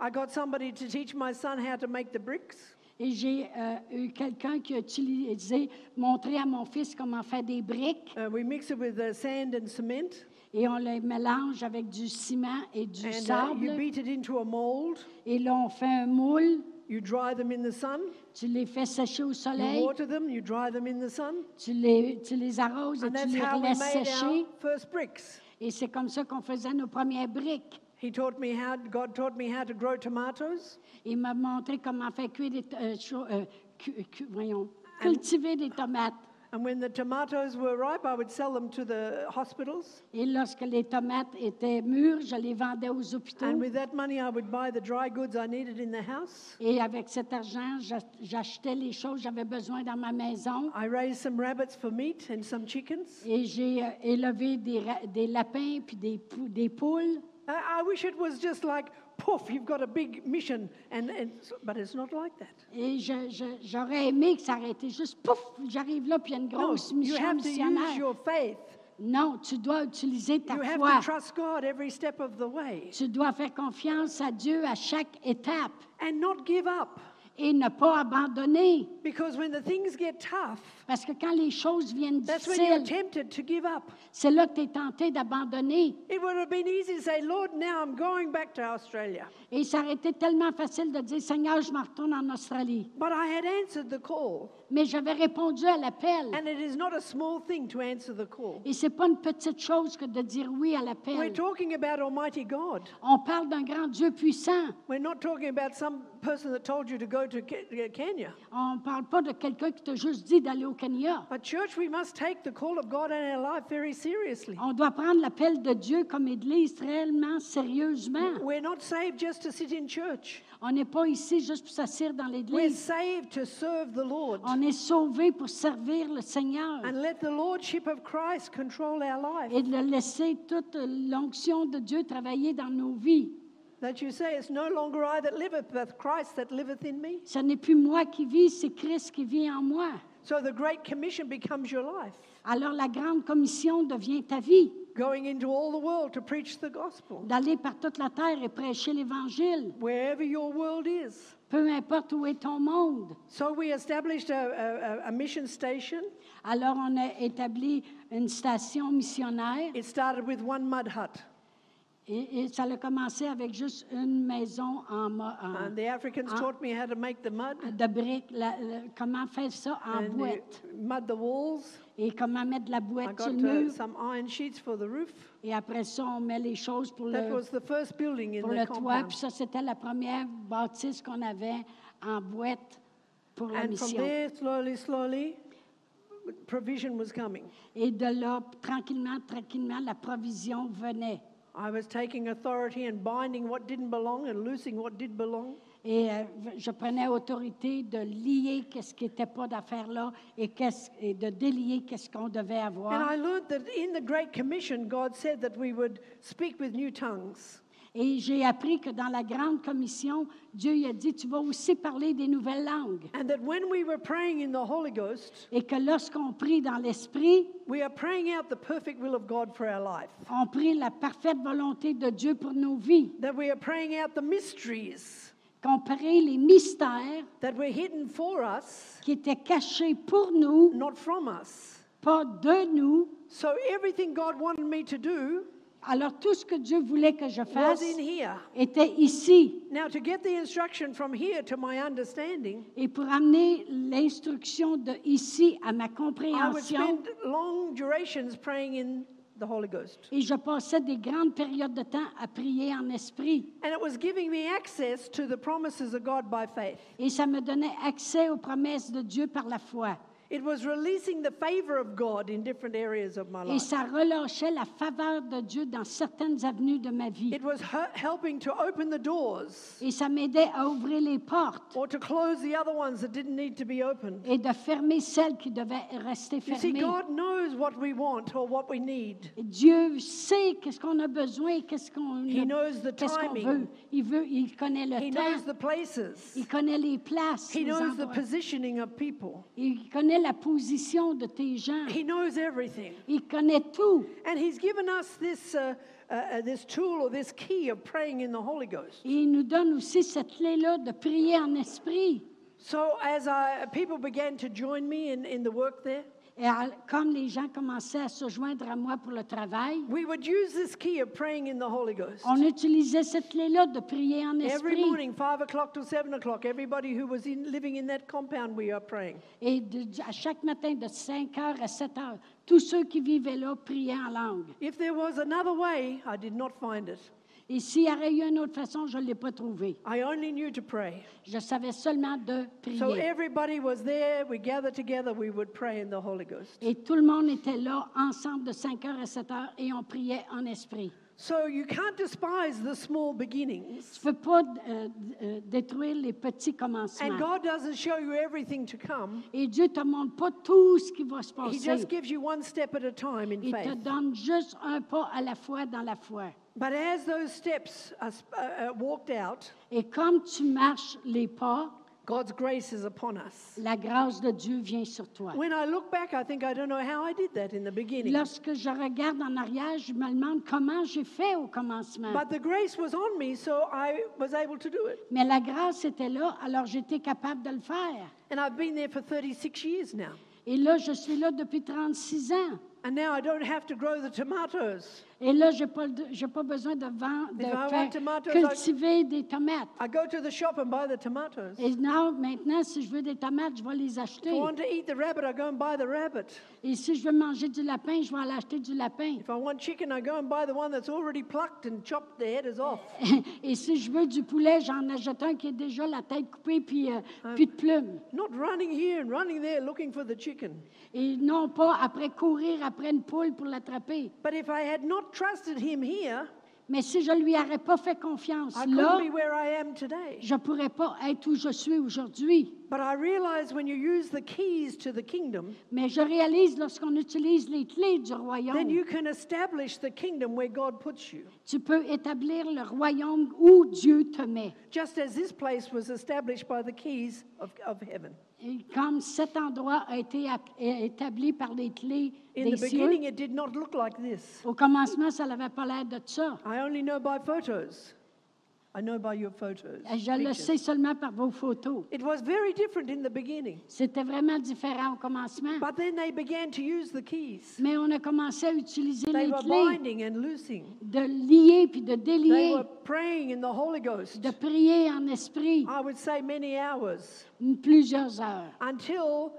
Speaker 2: I got somebody to teach my son how to make the bricks.
Speaker 1: Et j'ai euh, eu quelqu'un qui a utilisé, montré à mon fils comment faire des briques,
Speaker 2: Uh, we mix it with uh, sand and cement,
Speaker 1: et on les mélange avec du ciment et du
Speaker 2: and uh, you
Speaker 1: sable.
Speaker 2: beat it into a mold.
Speaker 1: Et là, on fait un moule.
Speaker 2: You dry them in the sun.
Speaker 1: Tu les fais sécher au
Speaker 2: You
Speaker 1: soleil,
Speaker 2: water them. You dry them in the sun,
Speaker 1: tu les, tu les arroses et
Speaker 2: and
Speaker 1: tu
Speaker 2: that's
Speaker 1: les
Speaker 2: how we
Speaker 1: laisses
Speaker 2: made our
Speaker 1: sécher.
Speaker 2: first bricks.
Speaker 1: Et c'est comme ça qu'on faisait nos premières briques.
Speaker 2: He taught me how. God taught me how to grow tomatoes,
Speaker 1: Il m'a montré comment faire cuire des, t- euh, cho- euh, cu- cu- voyons, cultiver des tomates.
Speaker 2: and when the tomatoes were ripe, I would sell them to the hospitals,
Speaker 1: Et lorsque les tomates étaient mûres, je les vendais aux hôpitaux.
Speaker 2: and with that money, I would buy the dry goods I needed in the house.
Speaker 1: Et avec cet argent, j'ach- j'achetais les choses que j'avais besoin dans ma maison.
Speaker 2: I raised some rabbits for meat and some chickens.
Speaker 1: Et j'ai euh, élevé des, ra- des lapins puis des, pou- des poules.
Speaker 2: I, I wish it was just like, poof, you've got a big mission, and, and so- but it's not like that.
Speaker 1: Et je- je- j'aurais aimé que ça aurait été juste pouf, j'arrive là, puis il y a une
Speaker 2: No,
Speaker 1: grosse
Speaker 2: Oh, you
Speaker 1: mission
Speaker 2: have to use
Speaker 1: missionnaire.
Speaker 2: your faith.
Speaker 1: Non, tu dois utiliser ta
Speaker 2: You have
Speaker 1: foi.
Speaker 2: to trust God every step of the way
Speaker 1: Tu dois faire confiance à Dieu à chaque étape
Speaker 2: and not give up.
Speaker 1: et ne pas abandonner.
Speaker 2: Because when the things get tough,
Speaker 1: Parce que quand les choses viennent
Speaker 2: that's when you're
Speaker 1: difficiles,
Speaker 2: tempted to give up.
Speaker 1: c'est là que tu es tenté d'abandonner.
Speaker 2: It would have been easy to say, Lord, now I'm going back to Australia.
Speaker 1: Et ça aurait été tellement facile de dire Seigneur, je m'en retourne en Australie.
Speaker 2: But I had answered the call,
Speaker 1: Mais j'avais répondu à l'appel.
Speaker 2: and it is not a small thing to answer the call.
Speaker 1: Et c'est pas une petite chose que de dire oui à
Speaker 2: We're
Speaker 1: l'appel.
Speaker 2: talking about Almighty God.
Speaker 1: On parle d'un grand Dieu puissant.
Speaker 2: We're not talking about some person that told you to go to Ke- uh, Kenya.
Speaker 1: On ne parle pas de quelqu'un qui t'a juste dit d'aller au Kenya.
Speaker 2: But, church, we must take the call of God in our life very seriously.
Speaker 1: On doit prendre l'appel de Dieu comme Église réellement, sérieusement.
Speaker 2: We're not saved just to sit in church,
Speaker 1: On n'est pas ici juste pour s'assire dans
Speaker 2: we're
Speaker 1: l'Église.
Speaker 2: saved to serve the Lord.
Speaker 1: On est sauvé pour servir le Seigneur
Speaker 2: And let the Lordship of Christ control our life.
Speaker 1: et de laisser toute l'onction de Dieu travailler dans nos vies.
Speaker 2: That you say, It's no longer I that liveth, but Christ that liveth in me.
Speaker 1: Ce n'est plus moi qui vis, c'est Christ qui vit en moi.
Speaker 2: So the Great Commission becomes your life,
Speaker 1: Alors la grande commission devient ta vie,
Speaker 2: going into all the world to preach the gospel.
Speaker 1: d'aller par toute la terre et prêcher l'Évangile,
Speaker 2: Wherever your world is.
Speaker 1: peu importe où est ton monde.
Speaker 2: So we established a, a- a, a mission station.
Speaker 1: Alors on a établi une station missionnaire
Speaker 2: It started with one mud hut,
Speaker 1: et, et ça a commencé avec juste une maison en, mo- en-
Speaker 2: and the Africans taught me how to make the mud.
Speaker 1: de briques, la- la- comment faire ça en
Speaker 2: And they
Speaker 1: boîte
Speaker 2: mud the walls.
Speaker 1: et comment mettre de la
Speaker 2: I
Speaker 1: boîte sur
Speaker 2: got
Speaker 1: le
Speaker 2: uh,
Speaker 1: mur
Speaker 2: some iron sheets for the roof.
Speaker 1: et après ça on met les choses pour
Speaker 2: That
Speaker 1: le,
Speaker 2: was the first building in
Speaker 1: pour
Speaker 2: the
Speaker 1: le toit.
Speaker 2: compound.
Speaker 1: Puis ça c'était la première bâtisse qu'on avait en boîte pour la
Speaker 2: And from
Speaker 1: mission.
Speaker 2: there, slowly, slowly, provision was coming.
Speaker 1: Et de là, tranquillement, tranquillement, la provision venait.
Speaker 2: I was taking authority and binding what didn't belong and loosing what did belong.
Speaker 1: Et euh, je prenais autorité de lier qu'est-ce qui n'était pas d'affaire là et, qu'est-ce- et de délier qu'est-ce qu'on devait
Speaker 2: And
Speaker 1: avoir.
Speaker 2: I learned that in the Great Commission, God said that we would speak with new tongues.
Speaker 1: Et j'ai appris que dans la grande commission, Dieu il a dit, tu vas aussi parler des nouvelles langues.
Speaker 2: And that when we were praying in the Holy Ghost,
Speaker 1: Et que lorsqu'on prie dans l'esprit,
Speaker 2: we are praying out the perfect will of God for our life.
Speaker 1: on prie la parfaite volonté de Dieu pour nos vies,
Speaker 2: That we are praying out the mysteries
Speaker 1: qu'on prie les mystères
Speaker 2: that were hidden for us,
Speaker 1: qui étaient cachés pour nous,
Speaker 2: not from us.
Speaker 1: pas de nous.
Speaker 2: So everything God wanted me to do
Speaker 1: Alors tout ce que Dieu voulait que je
Speaker 2: was
Speaker 1: fasse,
Speaker 2: in here.
Speaker 1: était ici.
Speaker 2: Now, to get the instruction from here to my understanding,
Speaker 1: Et pour amener l'instruction de ici à ma
Speaker 2: I would
Speaker 1: compréhension,
Speaker 2: spend long durations praying in the Holy Ghost.
Speaker 1: et je passais des grandes périodes de temps à prier en esprit.
Speaker 2: And it was giving me access to the promises of God by faith.
Speaker 1: Et ça me donnait accès aux promesses de Dieu par la foi.
Speaker 2: It was releasing the favor of God in different areas of my
Speaker 1: Et
Speaker 2: life.
Speaker 1: ça relâchait la faveur de Dieu dans certaines avenues de ma vie.
Speaker 2: It was he- helping to open the doors
Speaker 1: Et ça m'aidait à ouvrir les portes
Speaker 2: or to close the other ones that didn't need to be opened.
Speaker 1: et de fermer celles qui devaient rester
Speaker 2: You see,
Speaker 1: fermées.
Speaker 2: God knows what we want or what we need.
Speaker 1: Dieu sait qu'est-ce qu'on a besoin, et qu'est-ce qu'on
Speaker 2: He
Speaker 1: a-
Speaker 2: knows the
Speaker 1: qu'est-ce qu'on
Speaker 2: timing.
Speaker 1: veut. Il veut, il connaît le
Speaker 2: He
Speaker 1: temps.
Speaker 2: knows the places.
Speaker 1: Il connaît les places.
Speaker 2: He
Speaker 1: les
Speaker 2: knows the
Speaker 1: endroits.
Speaker 2: positioning of people.
Speaker 1: Il connaît la position de tes gens.
Speaker 2: He knows everything.
Speaker 1: Il connaît tout.
Speaker 2: And He's given us this, uh, uh, uh, this tool or this key of praying in the Holy Ghost.
Speaker 1: Et il nous donne aussi cette clé-là de prier en esprit.
Speaker 2: So as I, people began to join me in, in the work there,
Speaker 1: Et à- comme les gens commençaient à se joindre à moi pour le travail,
Speaker 2: we would use this key of praying in the Holy Ghost.
Speaker 1: on utilisait cette clé-là de prier en
Speaker 2: Every
Speaker 1: esprit.
Speaker 2: morning, 5 o'clock to 7 o'clock, everybody who was in, living in that compound, we are praying.
Speaker 1: Et de- du- à chaque matin, de 5 heures à 7 heures, tous ceux qui vivaient là priaient en langue.
Speaker 2: If there was another way, I did not find it.
Speaker 1: Et s'il y aurait eu une autre façon, je ne l'ai pas trouvée.
Speaker 2: I only knew to pray.
Speaker 1: Je savais seulement de
Speaker 2: So
Speaker 1: prier.
Speaker 2: everybody was there, we gathered together, we would pray in the Holy Ghost.
Speaker 1: Et tout le monde était là, ensemble, de 5 heures à 7 heures, et on priait en esprit.
Speaker 2: So you can't despise the small beginnings.
Speaker 1: Tu ne peux pas euh, euh, détruire les petits
Speaker 2: And
Speaker 1: commencements.
Speaker 2: God doesn't show you everything to come.
Speaker 1: Et Dieu ne te montre pas tout ce qui va se
Speaker 2: He
Speaker 1: passer.
Speaker 2: just gives you one step at a time in
Speaker 1: Il te
Speaker 2: faith.
Speaker 1: donne juste un pas à la fois dans la foi.
Speaker 2: But as those steps are sp- uh, uh, walked out,
Speaker 1: Et comme tu marches les pas,
Speaker 2: God's grace is upon us.
Speaker 1: la grâce de Dieu vient sur toi.
Speaker 2: When I look back, I think I don't know how I did that in the beginning.
Speaker 1: Lorsque je regarde en arrière, je me demande comment j'ai fait au commencement.
Speaker 2: But the grace was on me, so I was able to do it.
Speaker 1: Mais la grâce était là, alors j'étais capable de le faire.
Speaker 2: And I've been there for 36 years now.
Speaker 1: Et là, je suis là depuis 36 ans.
Speaker 2: And now I don't have to grow the tomatoes.
Speaker 1: Et là, je n'ai pas, le d- j'ai pas besoin de, vendre, de
Speaker 2: If I want
Speaker 1: faire
Speaker 2: tomatoes, I-
Speaker 1: cultiver des tomates.
Speaker 2: I go to the shop and buy the tomatoes.
Speaker 1: Et non, maintenant, si je veux des tomates, je vais les
Speaker 2: If I
Speaker 1: acheter.
Speaker 2: want to eat the rabbit, I go and buy the rabbit.
Speaker 1: Et si je veux manger du lapin, je vais aller acheter du lapin.
Speaker 2: If I want chicken, I go and buy the one that's already plucked and chopped the head is off.
Speaker 1: Et si je veux du poulet, j'en achète un qui est déjà la tête coupée puis euh, plus de plumes.
Speaker 2: Not running here and running there looking for the chicken.
Speaker 1: Et non pas après courir après une poule pour l'attraper.
Speaker 2: But if I had not trusted him here,
Speaker 1: Mais si je lui aurais pas fait confiance
Speaker 2: I
Speaker 1: là,
Speaker 2: couldn't be where I am today.
Speaker 1: je pourrais pas être où je suis aujourd'hui.
Speaker 2: But I realize when you use the keys to the kingdom,
Speaker 1: Mais je réalise lorsqu'on utilise les clés du
Speaker 2: then
Speaker 1: royaume,
Speaker 2: you can establish the kingdom where God puts you.
Speaker 1: tu peux établir le royaume où Dieu te met.
Speaker 2: Just as this place was established by the keys of, of heaven.
Speaker 1: Et comme cet endroit a été ap- é- établi par les clés
Speaker 2: In
Speaker 1: des
Speaker 2: the
Speaker 1: cieux,
Speaker 2: beginning, it did not look like this.
Speaker 1: au commencement, ça n'avait pas l'air de ça.
Speaker 2: I only know by photos. I know by your photos.
Speaker 1: Et Je le
Speaker 2: pictures.
Speaker 1: sais seulement par vos photos.
Speaker 2: It was very different in the beginning,
Speaker 1: C'était vraiment différent au commencement.
Speaker 2: but then they began to use the keys.
Speaker 1: Mais on a commencé à utiliser
Speaker 2: They
Speaker 1: les
Speaker 2: were
Speaker 1: clés,
Speaker 2: binding and loosing.
Speaker 1: de lier puis de
Speaker 2: They
Speaker 1: délier,
Speaker 2: were praying in the Holy Ghost.
Speaker 1: de prier en esprit
Speaker 2: I would say many hours
Speaker 1: plusieurs heures.
Speaker 2: until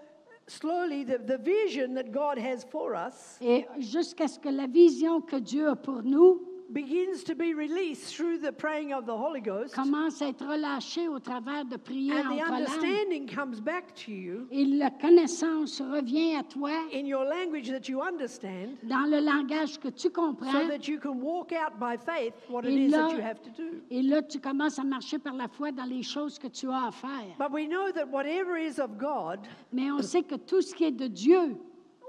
Speaker 2: slowly the, the vision that God has for us
Speaker 1: Et jusqu'à ce que la vision que Dieu a pour nous
Speaker 2: begins to be released through the praying of the Holy Ghost,
Speaker 1: commence à être relâchée au travers de prières
Speaker 2: and
Speaker 1: en
Speaker 2: the
Speaker 1: langue.
Speaker 2: understanding comes back to you
Speaker 1: Et la connaissance revient à toi
Speaker 2: in your language that you understand.
Speaker 1: dans le langage que tu
Speaker 2: so
Speaker 1: comprends.
Speaker 2: that you can walk out by faith what it
Speaker 1: Et
Speaker 2: is that
Speaker 1: là-
Speaker 2: you have to do.
Speaker 1: Et là, tu commences à marcher par la foi dans les choses que tu as à faire.
Speaker 2: But we know that whatever is of God
Speaker 1: Mais on sait que tout ce qui est de Dieu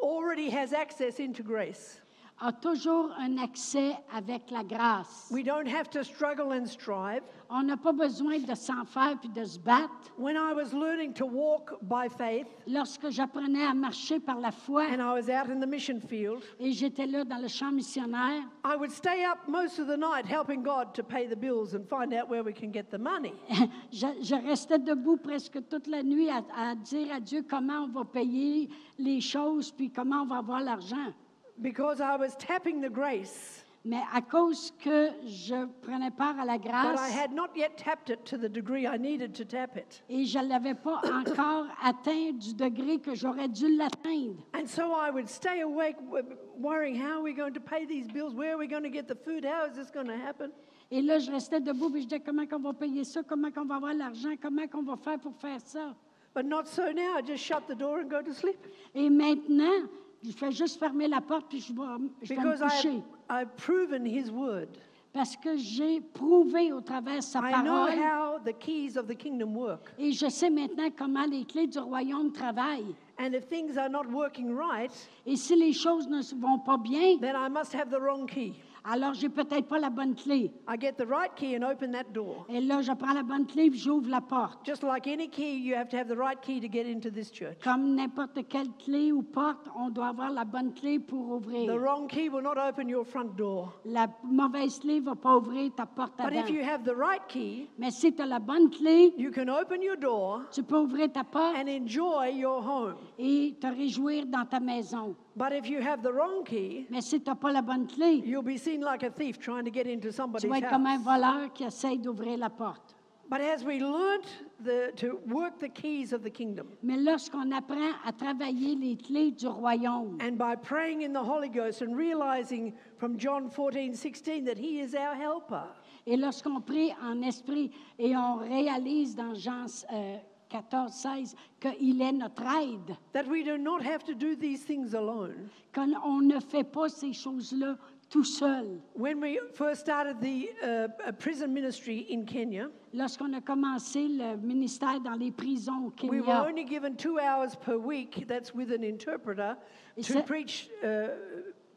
Speaker 2: already has access into grace.
Speaker 1: a toujours un accès avec la grâce.
Speaker 2: We don't have to struggle and strive.
Speaker 1: On n'a pas besoin de s'en faire puis de se battre.
Speaker 2: When I was learning to walk by faith
Speaker 1: Lorsque j'apprenais à marcher par la foi
Speaker 2: and I was out in the mission field,
Speaker 1: et j'étais là dans le champ missionnaire,
Speaker 2: I would stay up most of the night helping God to pay the bills and find out where we can get the money.
Speaker 1: je, je restais debout presque toute la nuit à, à dire à Dieu comment on va payer les choses puis comment on va avoir l'argent.
Speaker 2: Because I was tapping the grace,
Speaker 1: Mais à cause que je prenais part à la
Speaker 2: but I
Speaker 1: grâce
Speaker 2: had not yet tapped it to the degree I needed to tap it.
Speaker 1: et je ne l'avais pas encore atteint du degré que j'aurais dû l'atteindre.
Speaker 2: And so I would stay awake w- worrying, how are we going to pay these bills? Where are we going to get the food? How is this going to happen?
Speaker 1: Et là, je restais debout et je disais comment qu'on va payer ça, comment qu'on va avoir l'argent, comment qu'on va faire pour faire ça.
Speaker 2: But not so now. I just shut the door and go to sleep
Speaker 1: Et maintenant, je fais juste fermer la porte puis je vais, je vais
Speaker 2: because
Speaker 1: me
Speaker 2: I've,
Speaker 1: coucher.
Speaker 2: I've proven His word.
Speaker 1: Parce que j'ai prouvé au travers de sa
Speaker 2: I know
Speaker 1: parole
Speaker 2: how the keys of the kingdom work.
Speaker 1: et je sais maintenant comment les clés du royaume travaillent.
Speaker 2: And if things are not working right,
Speaker 1: Et si les choses ne se vont pas bien,
Speaker 2: then I must have the wrong key.
Speaker 1: alors j'ai peut-être pas la bonne clé.
Speaker 2: I get the right key and open that door.
Speaker 1: Et là, je prends la bonne clé et j'ouvre la porte.
Speaker 2: Just like any key, you have to have the right key to get into this church.
Speaker 1: Comme n'importe quelle clé ou porte, on doit avoir la bonne clé pour
Speaker 2: The
Speaker 1: ouvrir.
Speaker 2: wrong key will not open your front door.
Speaker 1: La mauvaise clé va pas ouvrir ta porte
Speaker 2: But
Speaker 1: avant.
Speaker 2: if you have the right key,
Speaker 1: Mais si tu as la bonne clé,
Speaker 2: you can open your door
Speaker 1: tu peux ouvrir ta porte
Speaker 2: and enjoy your home.
Speaker 1: et te réjouir dans ta maison.
Speaker 2: But if you have the wrong key,
Speaker 1: Mais si tu n'as pas la bonne clé,
Speaker 2: you'll be seen like a thief trying to get into
Speaker 1: Tu
Speaker 2: somebody's
Speaker 1: vas être comme un
Speaker 2: house.
Speaker 1: voleur qui essaye d'ouvrir la porte.
Speaker 2: But as we learnt the, to work the keys of the kingdom,
Speaker 1: Mais lorsqu'on apprend à travailler les clés du royaume
Speaker 2: and by praying in the Holy Ghost and realizing from John 14, 16 that He is our helper,
Speaker 1: et lorsqu'on prie en esprit et on réalise dans Jean euh, 14, 16 qu'il est notre aide,
Speaker 2: that we do not have to do these things alone.
Speaker 1: qu'on ne fait pas ces choses-là tout seul.
Speaker 2: When we first started the uh, uh, prison ministry in Kenya,
Speaker 1: Lorsqu'on a commencé le ministère dans les prisons au
Speaker 2: we were
Speaker 1: Kenya,
Speaker 2: only given two hours per week, that's with an interpreter,
Speaker 1: Is
Speaker 2: to
Speaker 1: that-
Speaker 2: preach uh,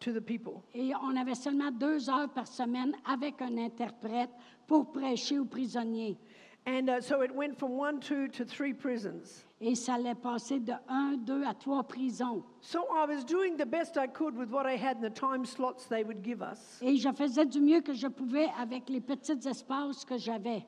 Speaker 2: to the people.
Speaker 1: et on avait seulement deux heures par semaine avec un interprète pour prêcher aux prisonniers.
Speaker 2: And uh, so it went from one, two to three prisons.
Speaker 1: Et ça allait passer de un, deux à trois prisons.
Speaker 2: So I was doing the best I could with what I had in the time slots they would give us.
Speaker 1: Et je faisais du mieux que je pouvais avec les petits espaces que j'avais.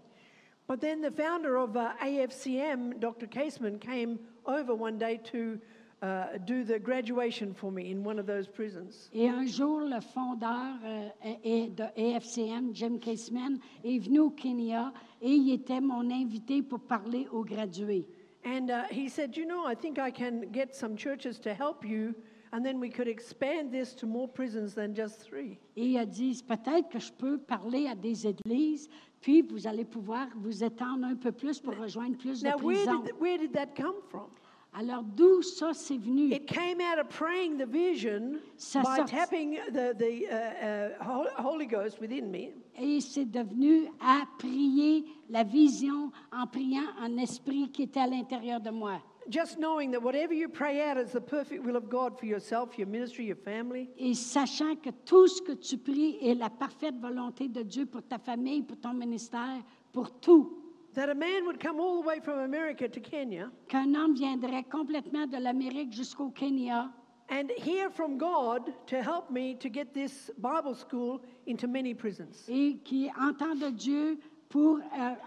Speaker 2: But then the founder of uh, AFCM, Dr. Caseman, came over one day to uh, do the graduation for me in one of those prisons.
Speaker 1: Et un jour, le fondeur euh, et- et de EFCM, Jim Caseman, est venu au Kenya et il était mon invité pour parler aux gradués.
Speaker 2: And uh, he said, You know, I think I can get some churches to help you, and then we could expand this to more prisons than just three.
Speaker 1: Et il a dit, peut-être que je peux parler à des églises, puis vous allez pouvoir vous étendre un peu plus pour rejoindre plus de
Speaker 2: Now, where
Speaker 1: prisons.
Speaker 2: did, where did that come from?
Speaker 1: Alors, d'où ça c'est venu?
Speaker 2: It came out of praying the vision
Speaker 1: Ça
Speaker 2: by
Speaker 1: sort-
Speaker 2: tapping the, the uh, uh, Hol- Holy Ghost within me.
Speaker 1: Et c'est devenu à prier la vision en priant en esprit qui était à l'intérieur de moi.
Speaker 2: Just knowing that whatever you pray out is the perfect will of God for yourself, your ministry, your family.
Speaker 1: Et sachant que tout ce que tu pries est la parfaite volonté de Dieu pour ta famille, pour ton ministère, pour tout.
Speaker 2: That a man would come all the way from America to Kenya
Speaker 1: Qu'un homme viendrait complètement de l'Amérique jusqu'au Kenya
Speaker 2: and hear from God to help me to get this Bible school into many prisons.
Speaker 1: et qui entende Dieu pour euh,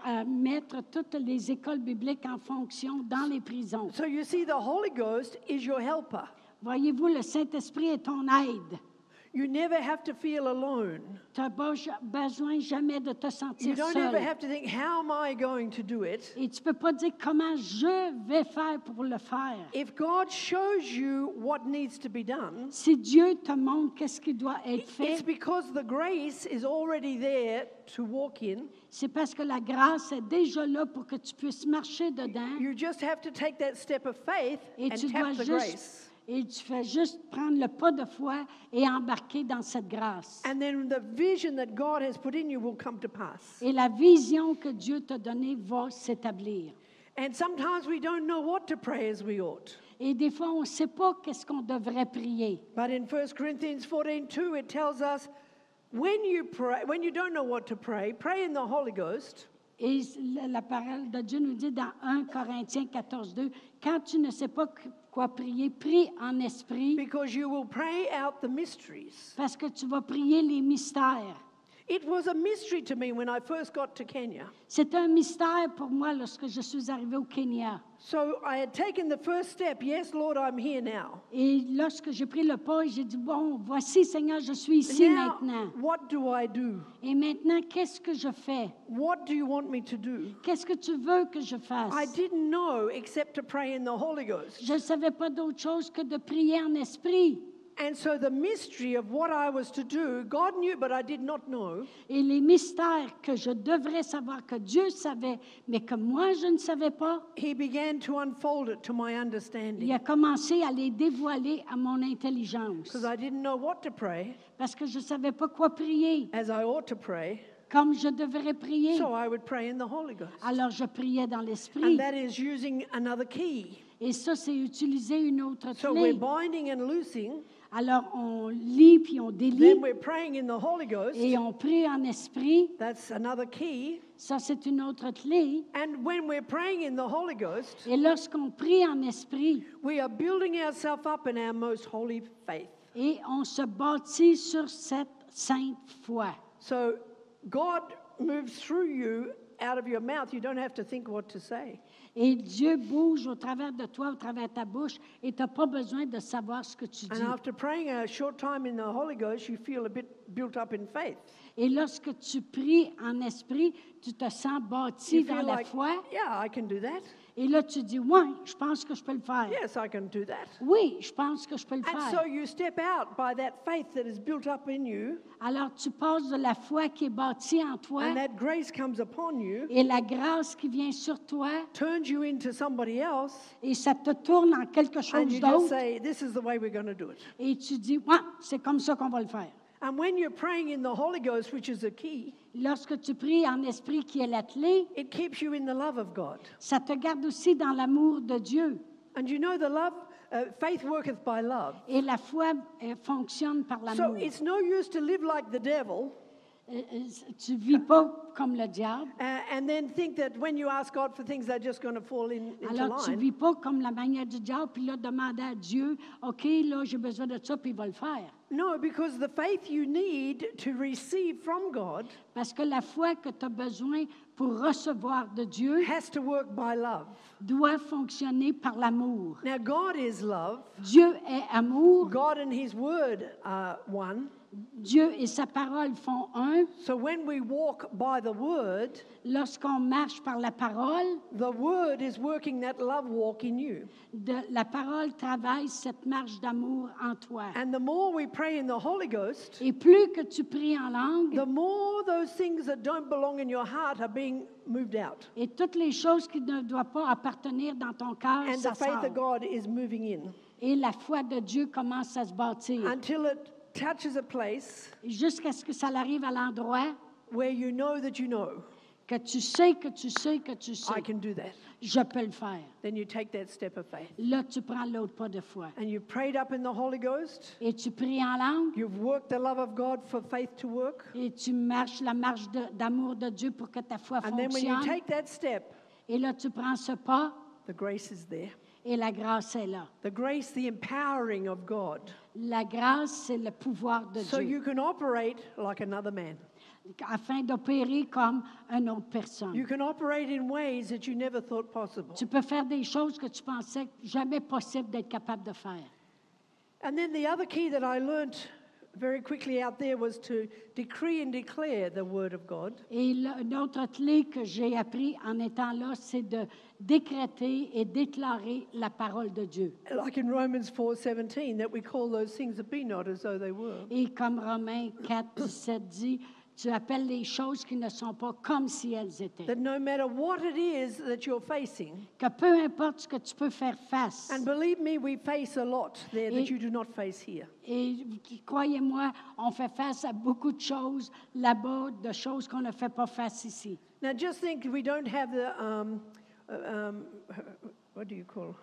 Speaker 1: euh, mettre toutes les écoles bibliques en fonction dans les prisons.
Speaker 2: So you see, the Holy Ghost is your helper.
Speaker 1: Voyez-vous, le Saint-Esprit est ton aide.
Speaker 2: You never have to feel alone.
Speaker 1: Tu n'as pas j- besoin jamais de te
Speaker 2: You
Speaker 1: sentir
Speaker 2: don't ever
Speaker 1: seul.
Speaker 2: have to think, how am I going to do it?
Speaker 1: Et tu ne peux pas dire comment je vais faire pour le faire.
Speaker 2: If God shows you what needs to be done,
Speaker 1: Si Dieu te montre qu'est-ce qui doit être
Speaker 2: it's
Speaker 1: fait,
Speaker 2: because the grace is already there to walk in.
Speaker 1: c'est parce que la grâce est déjà là pour que tu puisses marcher dedans.
Speaker 2: You just have to take that step of faith
Speaker 1: Et
Speaker 2: and
Speaker 1: tu dois
Speaker 2: tap the grace.
Speaker 1: juste, et tu fais juste prendre le pas de foi et embarquer dans cette grâce.
Speaker 2: And then the vision that God has put in you will come to pass.
Speaker 1: Et la vision que Dieu t'a donnée va s'établir.
Speaker 2: And sometimes we don't know what to pray as we ought.
Speaker 1: Et des fois, on ne sait pas qu'est-ce qu'on devrait prier.
Speaker 2: But in 1 Corinthians 14 2, it tells us when you pray, when you don't know what to pray, pray in the Holy Ghost.
Speaker 1: Et la la parole de Dieu nous dit dans 1 Corinthiens 14, 2, quand tu ne sais pas que- quoi prier, prie en esprit
Speaker 2: Because you will pray out the mysteries.
Speaker 1: parce que tu vas prier les mystères.
Speaker 2: It was a mystery to me when I first got to Kenya.
Speaker 1: C'est un mystère pour moi lorsque je suis arrivée au Kenya.
Speaker 2: So I had taken the first step. Yes, Lord, I'm here now.
Speaker 1: Et lorsque j'ai pris le pas, j'ai dit, bon, voici Seigneur, je suis ici
Speaker 2: now,
Speaker 1: maintenant.
Speaker 2: what do I do?
Speaker 1: Et maintenant, qu'est-ce que je fais?
Speaker 2: What do you want me to do?
Speaker 1: Qu'est-ce que tu veux que je
Speaker 2: I
Speaker 1: fasse?
Speaker 2: didn't know except to pray in the Holy Ghost.
Speaker 1: Je ne savais pas d'autre chose que de prier en esprit.
Speaker 2: And so the mystery of what I was to do, God knew, but I did not know.
Speaker 1: Et les mystères que je devrais savoir, que Dieu savait, mais que moi je ne savais pas,
Speaker 2: He began to unfold it to my understanding.
Speaker 1: il a commencé à les dévoiler à mon intelligence.
Speaker 2: Because I didn't know what to pray
Speaker 1: Parce que je ne savais pas quoi prier,
Speaker 2: as I ought to pray,
Speaker 1: comme je devrais prier.
Speaker 2: so I would pray in the Holy Ghost.
Speaker 1: Alors je priais dans l'esprit.
Speaker 2: And that is using another key.
Speaker 1: Et ça, c'est utiliser une autre
Speaker 2: So we're
Speaker 1: clé.
Speaker 2: binding and loosing,
Speaker 1: Alors on lit puis on délit
Speaker 2: then we're praying in the Holy Ghost.
Speaker 1: et on prie en esprit.
Speaker 2: That's another key.
Speaker 1: Ça, c'est une autre clé.
Speaker 2: And when we're praying in the Holy Ghost,
Speaker 1: Et lorsqu'on prie en esprit
Speaker 2: we are building ourselves up in our most holy faith.
Speaker 1: et on se bâtit sur cette sainte foi.
Speaker 2: So God moves through you out of your mouth. You don't have to think what to say.
Speaker 1: Et Dieu bouge au travers de toi, au travers de ta bouche, et tu n'as pas besoin de savoir ce que tu dis.
Speaker 2: And after praying a short time in the Holy Ghost, you feel a bit built up in faith.
Speaker 1: Et lorsque tu pries en esprit, tu te sens bâti
Speaker 2: You
Speaker 1: dans
Speaker 2: feel
Speaker 1: la
Speaker 2: like,
Speaker 1: foi.
Speaker 2: yeah, I can do that.
Speaker 1: Et là, tu dis, oui, je pense que je peux le faire.
Speaker 2: Yes, I can do that.
Speaker 1: Oui, je pense que je peux le
Speaker 2: And
Speaker 1: faire.
Speaker 2: so you step out by that faith that is built up in you,
Speaker 1: Alors, tu passes de la foi qui est bâtie en toi
Speaker 2: and that grace comes upon you,
Speaker 1: et la grâce qui vient sur toi
Speaker 2: turns you into somebody else,
Speaker 1: et ça te tourne en quelque
Speaker 2: and
Speaker 1: chose
Speaker 2: you just
Speaker 1: d'autre.
Speaker 2: say, This is the way we're going to do it.
Speaker 1: Et tu dis, ouais, c'est comme ça qu'on va le faire.
Speaker 2: And when you're praying in the Holy Ghost, which is a key,
Speaker 1: Lorsque tu pries en esprit qui est la clé,
Speaker 2: it keeps you in the love of God.
Speaker 1: ça te garde aussi dans l'amour de Dieu.
Speaker 2: And you know, the love, uh, faith worketh by love.
Speaker 1: Et la foi elle fonctionne par
Speaker 2: So
Speaker 1: l'amour.
Speaker 2: it's no use to live like the devil
Speaker 1: Euh, euh, Tu vis pas comme le diable.
Speaker 2: uh, and then think that when you ask God for things, they're just going to fall in, into
Speaker 1: Alors, tu
Speaker 2: line.
Speaker 1: vis pas comme la manière du diable, puis là, demander à Dieu, OK, là, j'ai besoin de ça, puis il va le faire.
Speaker 2: No, because the faith you need to receive from God
Speaker 1: Parce que la foi que tu as besoin pour recevoir de Dieu
Speaker 2: has to work by love.
Speaker 1: doit fonctionner par l'amour.
Speaker 2: Now, God is love.
Speaker 1: Dieu est amour,
Speaker 2: God and His Word are one.
Speaker 1: Dieu et sa parole font un.
Speaker 2: So when we walk by the Word,
Speaker 1: Lorsqu'on marche par la parole,
Speaker 2: the Word is working that love walk in you.
Speaker 1: de- la parole travaille cette marche d'amour en toi.
Speaker 2: And the more we pray in the Holy Ghost,
Speaker 1: Et plus que tu pries en langue,
Speaker 2: the more those things that don't belong in your heart are being moved out.
Speaker 1: et toutes les choses qui ne doivent pas appartenir dans ton cœur,
Speaker 2: And the
Speaker 1: ça
Speaker 2: faith of
Speaker 1: sort.
Speaker 2: God is moving in
Speaker 1: Et la foi de Dieu commence à se bâtir.
Speaker 2: until it touches a place
Speaker 1: Jusqu'à ce que ça arrive à l'endroit
Speaker 2: where you know that you know,
Speaker 1: que tu sais, que tu sais, que tu
Speaker 2: I
Speaker 1: sais,
Speaker 2: can do that.
Speaker 1: je peux le faire.
Speaker 2: Then you take that step of faith.
Speaker 1: Là, tu prends l'autre pas de foi.
Speaker 2: And you've prayed up in the Holy Ghost,
Speaker 1: Et tu pries en langue
Speaker 2: you've worked the love of God for faith to work.
Speaker 1: et tu marches la marche de- d'amour de, Dieu pour que ta foi
Speaker 2: And then when you
Speaker 1: fonctionne.
Speaker 2: take that step,
Speaker 1: Et là, tu prends ce pas
Speaker 2: the grace is there.
Speaker 1: et la grâce est là.
Speaker 2: The grace, the empowering of God.
Speaker 1: La grâce, c'est le pouvoir de
Speaker 2: So
Speaker 1: Dieu
Speaker 2: you can operate like another man.
Speaker 1: afin d'opérer comme une autre personne.
Speaker 2: You can operate in ways that you never thought possible.
Speaker 1: Tu peux faire des choses que tu pensais jamais possible d'être capable de faire.
Speaker 2: And then the other key that I learnt very quickly out there was to decree and declare the word of God.
Speaker 1: Et là, une autre clé que j'ai appris en étant là, c'est de décréter et déclarer la parole de Dieu.
Speaker 2: Like in Romans 4:17 that we call those things that be not as though they were.
Speaker 1: Et comme Romains 4, 17 dit, tu appelles les choses qui ne sont pas comme si elles étaient.
Speaker 2: That no matter what it is that you're facing,
Speaker 1: Que peu importe ce que tu peux faire face.
Speaker 2: and believe me, we face a lot there that
Speaker 1: It-
Speaker 2: you do not face here.
Speaker 1: Et croyez-moi, on fait face à beaucoup de choses là-bas, de choses qu'on ne fait pas face ici.
Speaker 2: Now, just think we don't have the, um, uh, um, what do you call,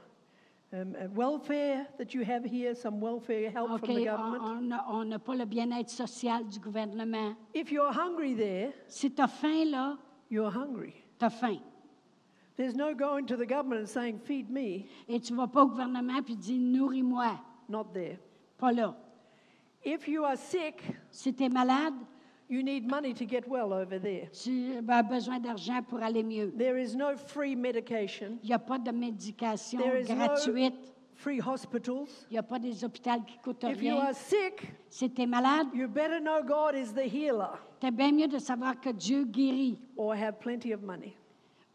Speaker 2: um, uh, welfare that you have here, some welfare help
Speaker 1: OK,
Speaker 2: Oh, from the
Speaker 1: on-
Speaker 2: government.
Speaker 1: on n'a- on n'a pas le bien-être social du gouvernement.
Speaker 2: If you're hungry there,
Speaker 1: Si tu as faim, là,
Speaker 2: you're hungry.
Speaker 1: tu as faim.
Speaker 2: There's no going to the government and saying, feed me,
Speaker 1: Et tu ne vas pas au gouvernement puis dis nourris-moi.
Speaker 2: not there.
Speaker 1: Pas là.
Speaker 2: If you are sick,
Speaker 1: Si tu es malade,
Speaker 2: you need money to get well over there.
Speaker 1: tu as besoin d'argent pour aller mieux.
Speaker 2: There is no free medication,
Speaker 1: Il n'y a pas de médication
Speaker 2: There is no-
Speaker 1: gratuite.
Speaker 2: free hospitals.
Speaker 1: Il n'y a pas des hôpitaux qui coûtent
Speaker 2: If you
Speaker 1: rien.
Speaker 2: are sick,
Speaker 1: Si tu es malade,
Speaker 2: you better know God is the healer
Speaker 1: tu bien mieux de savoir que Dieu guérit
Speaker 2: or have plenty of money.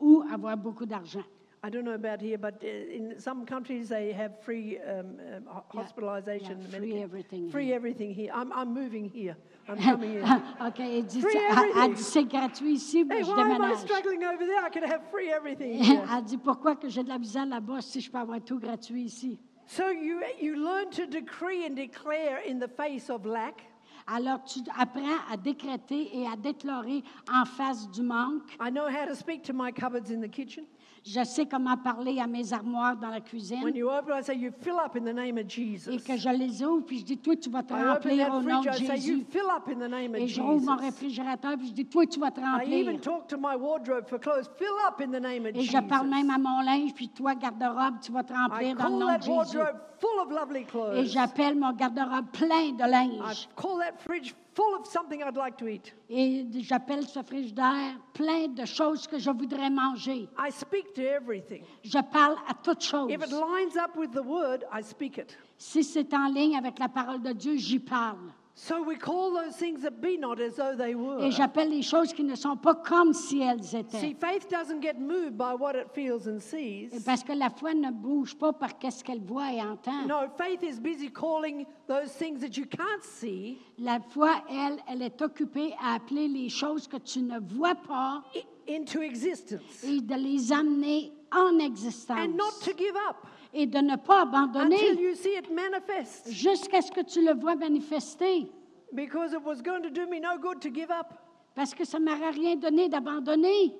Speaker 1: ou avoir beaucoup d'argent.
Speaker 2: I don't know about here, but uh, in some countries they have free um, um, ho-
Speaker 1: Yeah,
Speaker 2: hospitalization.
Speaker 1: yeah,
Speaker 2: medica-
Speaker 1: free everything
Speaker 2: Free
Speaker 1: here.
Speaker 2: everything here. I'm, I'm moving here. I'm coming here. hey,
Speaker 1: OK, elle dit,
Speaker 2: Free
Speaker 1: elle- elle
Speaker 2: everything.
Speaker 1: dit, c'est gratuit ici, mais je
Speaker 2: why am I
Speaker 1: déménage.
Speaker 2: struggling over there? I could have free everything here.
Speaker 1: elle dit, pourquoi que j'ai de la misère là-bas si je peux avoir tout gratuit ici?
Speaker 2: so you, you learn to decree and declare in the face of lack.
Speaker 1: Alors, tu apprends à décréter et à déclarer en face du manque.
Speaker 2: I know how to speak to my cupboards in the kitchen.
Speaker 1: Je sais comment parler à mes armoires dans la
Speaker 2: When
Speaker 1: cuisine
Speaker 2: you open, I say, you fill up in the name of
Speaker 1: et
Speaker 2: Jesus.
Speaker 1: que je les ouvre, puis je dis, toi, tu vas te
Speaker 2: I open
Speaker 1: remplir
Speaker 2: that
Speaker 1: au nom
Speaker 2: fridge,
Speaker 1: de
Speaker 2: I say, you
Speaker 1: Jésus.
Speaker 2: fill up in the name of
Speaker 1: Et je rouvre mon
Speaker 2: Jesus.
Speaker 1: réfrigérateur, puis je dis, toi, tu vas te
Speaker 2: I even
Speaker 1: remplir.
Speaker 2: talk to my wardrobe for clothes, fill up in the name of
Speaker 1: Et je
Speaker 2: Jesus.
Speaker 1: parle même à mon linge, puis toi, garde-robe, tu vas te
Speaker 2: I
Speaker 1: remplir dans le
Speaker 2: call
Speaker 1: nom de
Speaker 2: that
Speaker 1: Jésus.
Speaker 2: wardrobe full of lovely
Speaker 1: Et
Speaker 2: clothes.
Speaker 1: j'appelle mon garde-robe plein de
Speaker 2: I
Speaker 1: linge.
Speaker 2: call that fridge full of something I'd like to eat.
Speaker 1: Et j'appelle ce frigidaire plein de choses que je voudrais manger.
Speaker 2: I speak to everything.
Speaker 1: Je parle à toutes choses.
Speaker 2: If it lines up with the word, I speak it.
Speaker 1: Si c'est en ligne avec la parole de Dieu, j'y parle.
Speaker 2: So we call those things that be not as though they were.
Speaker 1: Et j'appelle les choses qui ne sont pas comme si elles
Speaker 2: See,
Speaker 1: étaient.
Speaker 2: faith doesn't get moved by what it feels and sees.
Speaker 1: Parce que la foi ne bouge pas par qu'est-ce qu'elle voit et entend.
Speaker 2: No, faith is busy calling those things that you can't see
Speaker 1: La foi, elle, elle est occupée à appeler les choses que tu ne vois pas
Speaker 2: i- into existence
Speaker 1: et de les amener en existence.
Speaker 2: and not to give up
Speaker 1: Et de ne pas
Speaker 2: until
Speaker 1: abandonner
Speaker 2: you see it manifest
Speaker 1: jusqu'à ce que tu le vois manifester.
Speaker 2: because it was going to do me no good to give up.
Speaker 1: Parce que ça ne m'aurait rien donné d'abandonner.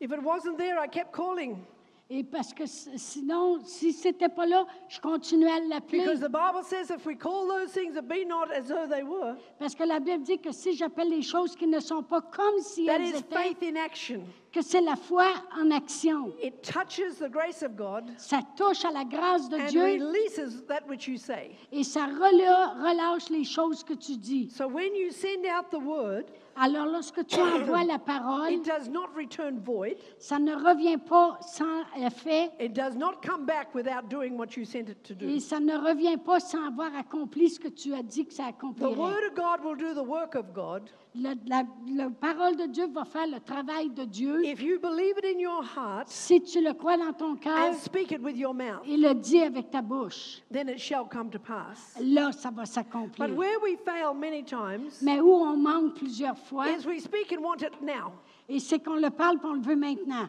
Speaker 2: If it wasn't there, I kept calling
Speaker 1: Et parce que s- sinon, si ce n'était pas là, je continuais à l'appeler.
Speaker 2: because the Bible says if we call those things that be not as though they were,
Speaker 1: Parce que la Bible dit que si j'appelle les choses qui ne sont pas comme si
Speaker 2: that
Speaker 1: elles
Speaker 2: is
Speaker 1: étaient,
Speaker 2: faith in action.
Speaker 1: que c'est la foi en action.
Speaker 2: It touches the grace of God
Speaker 1: Ça touche à la grâce de
Speaker 2: and
Speaker 1: Dieu
Speaker 2: releases that which you say.
Speaker 1: et ça rela- relâche les choses que tu dis.
Speaker 2: So when you send out the word,
Speaker 1: Alors lorsque tu envoies la parole,
Speaker 2: it does not return void.
Speaker 1: ça ne revient pas sans effet
Speaker 2: It does not come back without doing what you sent it to
Speaker 1: et
Speaker 2: do.
Speaker 1: ça ne revient pas sans avoir accompli ce que tu as dit que ça
Speaker 2: The
Speaker 1: accomplirait.
Speaker 2: word of God will do the work of God
Speaker 1: Le- la, la parole de Dieu va faire le travail de Dieu
Speaker 2: if you believe it in your heart
Speaker 1: si tu le crois dans ton cœur
Speaker 2: and speak it with your mouth.
Speaker 1: et le dis avec ta bouche.
Speaker 2: Then it shall come to pass.
Speaker 1: Là, ça va
Speaker 2: But
Speaker 1: s'accomplir.
Speaker 2: where we fail many times
Speaker 1: Mais où on manque plusieurs fois,
Speaker 2: is we speak and want it now,
Speaker 1: et c'est qu'on le parle et on le veut maintenant.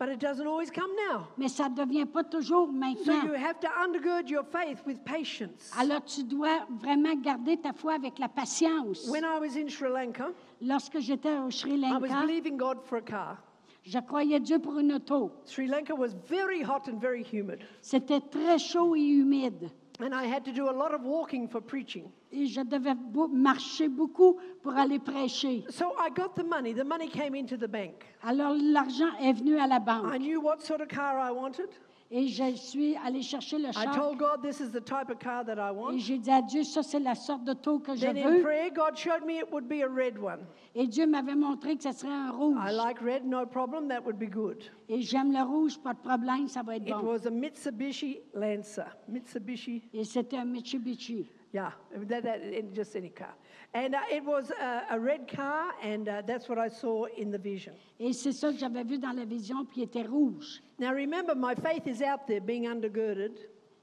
Speaker 2: but it doesn't always come now.
Speaker 1: Mais ça ne devient pas toujours
Speaker 2: So
Speaker 1: maintenant.
Speaker 2: you have to undergird your faith with patience.
Speaker 1: Alors, tu dois vraiment garder ta foi avec la patience.
Speaker 2: When I was in Sri Lanka,
Speaker 1: Lorsque j'étais au Sri
Speaker 2: I was
Speaker 1: Lanka,
Speaker 2: believing God for a car.
Speaker 1: je croyais Dieu pour une auto.
Speaker 2: Sri Lanka was very hot and very humid,
Speaker 1: C'était très chaud et humide.
Speaker 2: and I had to do a lot of walking for preaching.
Speaker 1: Et je devais beau- marcher beaucoup pour aller prêcher.
Speaker 2: So I got the money. The money came into the bank.
Speaker 1: Alors, l'argent est venu à la
Speaker 2: I
Speaker 1: banque.
Speaker 2: knew what sort of car I wanted.
Speaker 1: Et je suis allée chercher le
Speaker 2: I
Speaker 1: char.
Speaker 2: told God this is the type of car that I
Speaker 1: Et
Speaker 2: want.
Speaker 1: j'ai dit à Dieu, ça, c'est la sorte d'auto que je
Speaker 2: Then in
Speaker 1: veux.
Speaker 2: prayer, God showed me it would be a red one.
Speaker 1: Et Dieu m'avait montré que ce serait un rouge.
Speaker 2: I like red, no problem. That would be good.
Speaker 1: Et j'aime le rouge, pas de problème, ça va être
Speaker 2: It
Speaker 1: bon.
Speaker 2: was a Mitsubishi Lancer. Mitsubishi,
Speaker 1: Et c'était un Mitsubishi.
Speaker 2: yeah, that, that, it- just any car. And uh, it was a, a red car, and uh, that's what I saw in the vision.
Speaker 1: Et c'est ça que j'avais vu dans la vision, puis il était rouge.
Speaker 2: Now remember, my faith is out there being undergirded,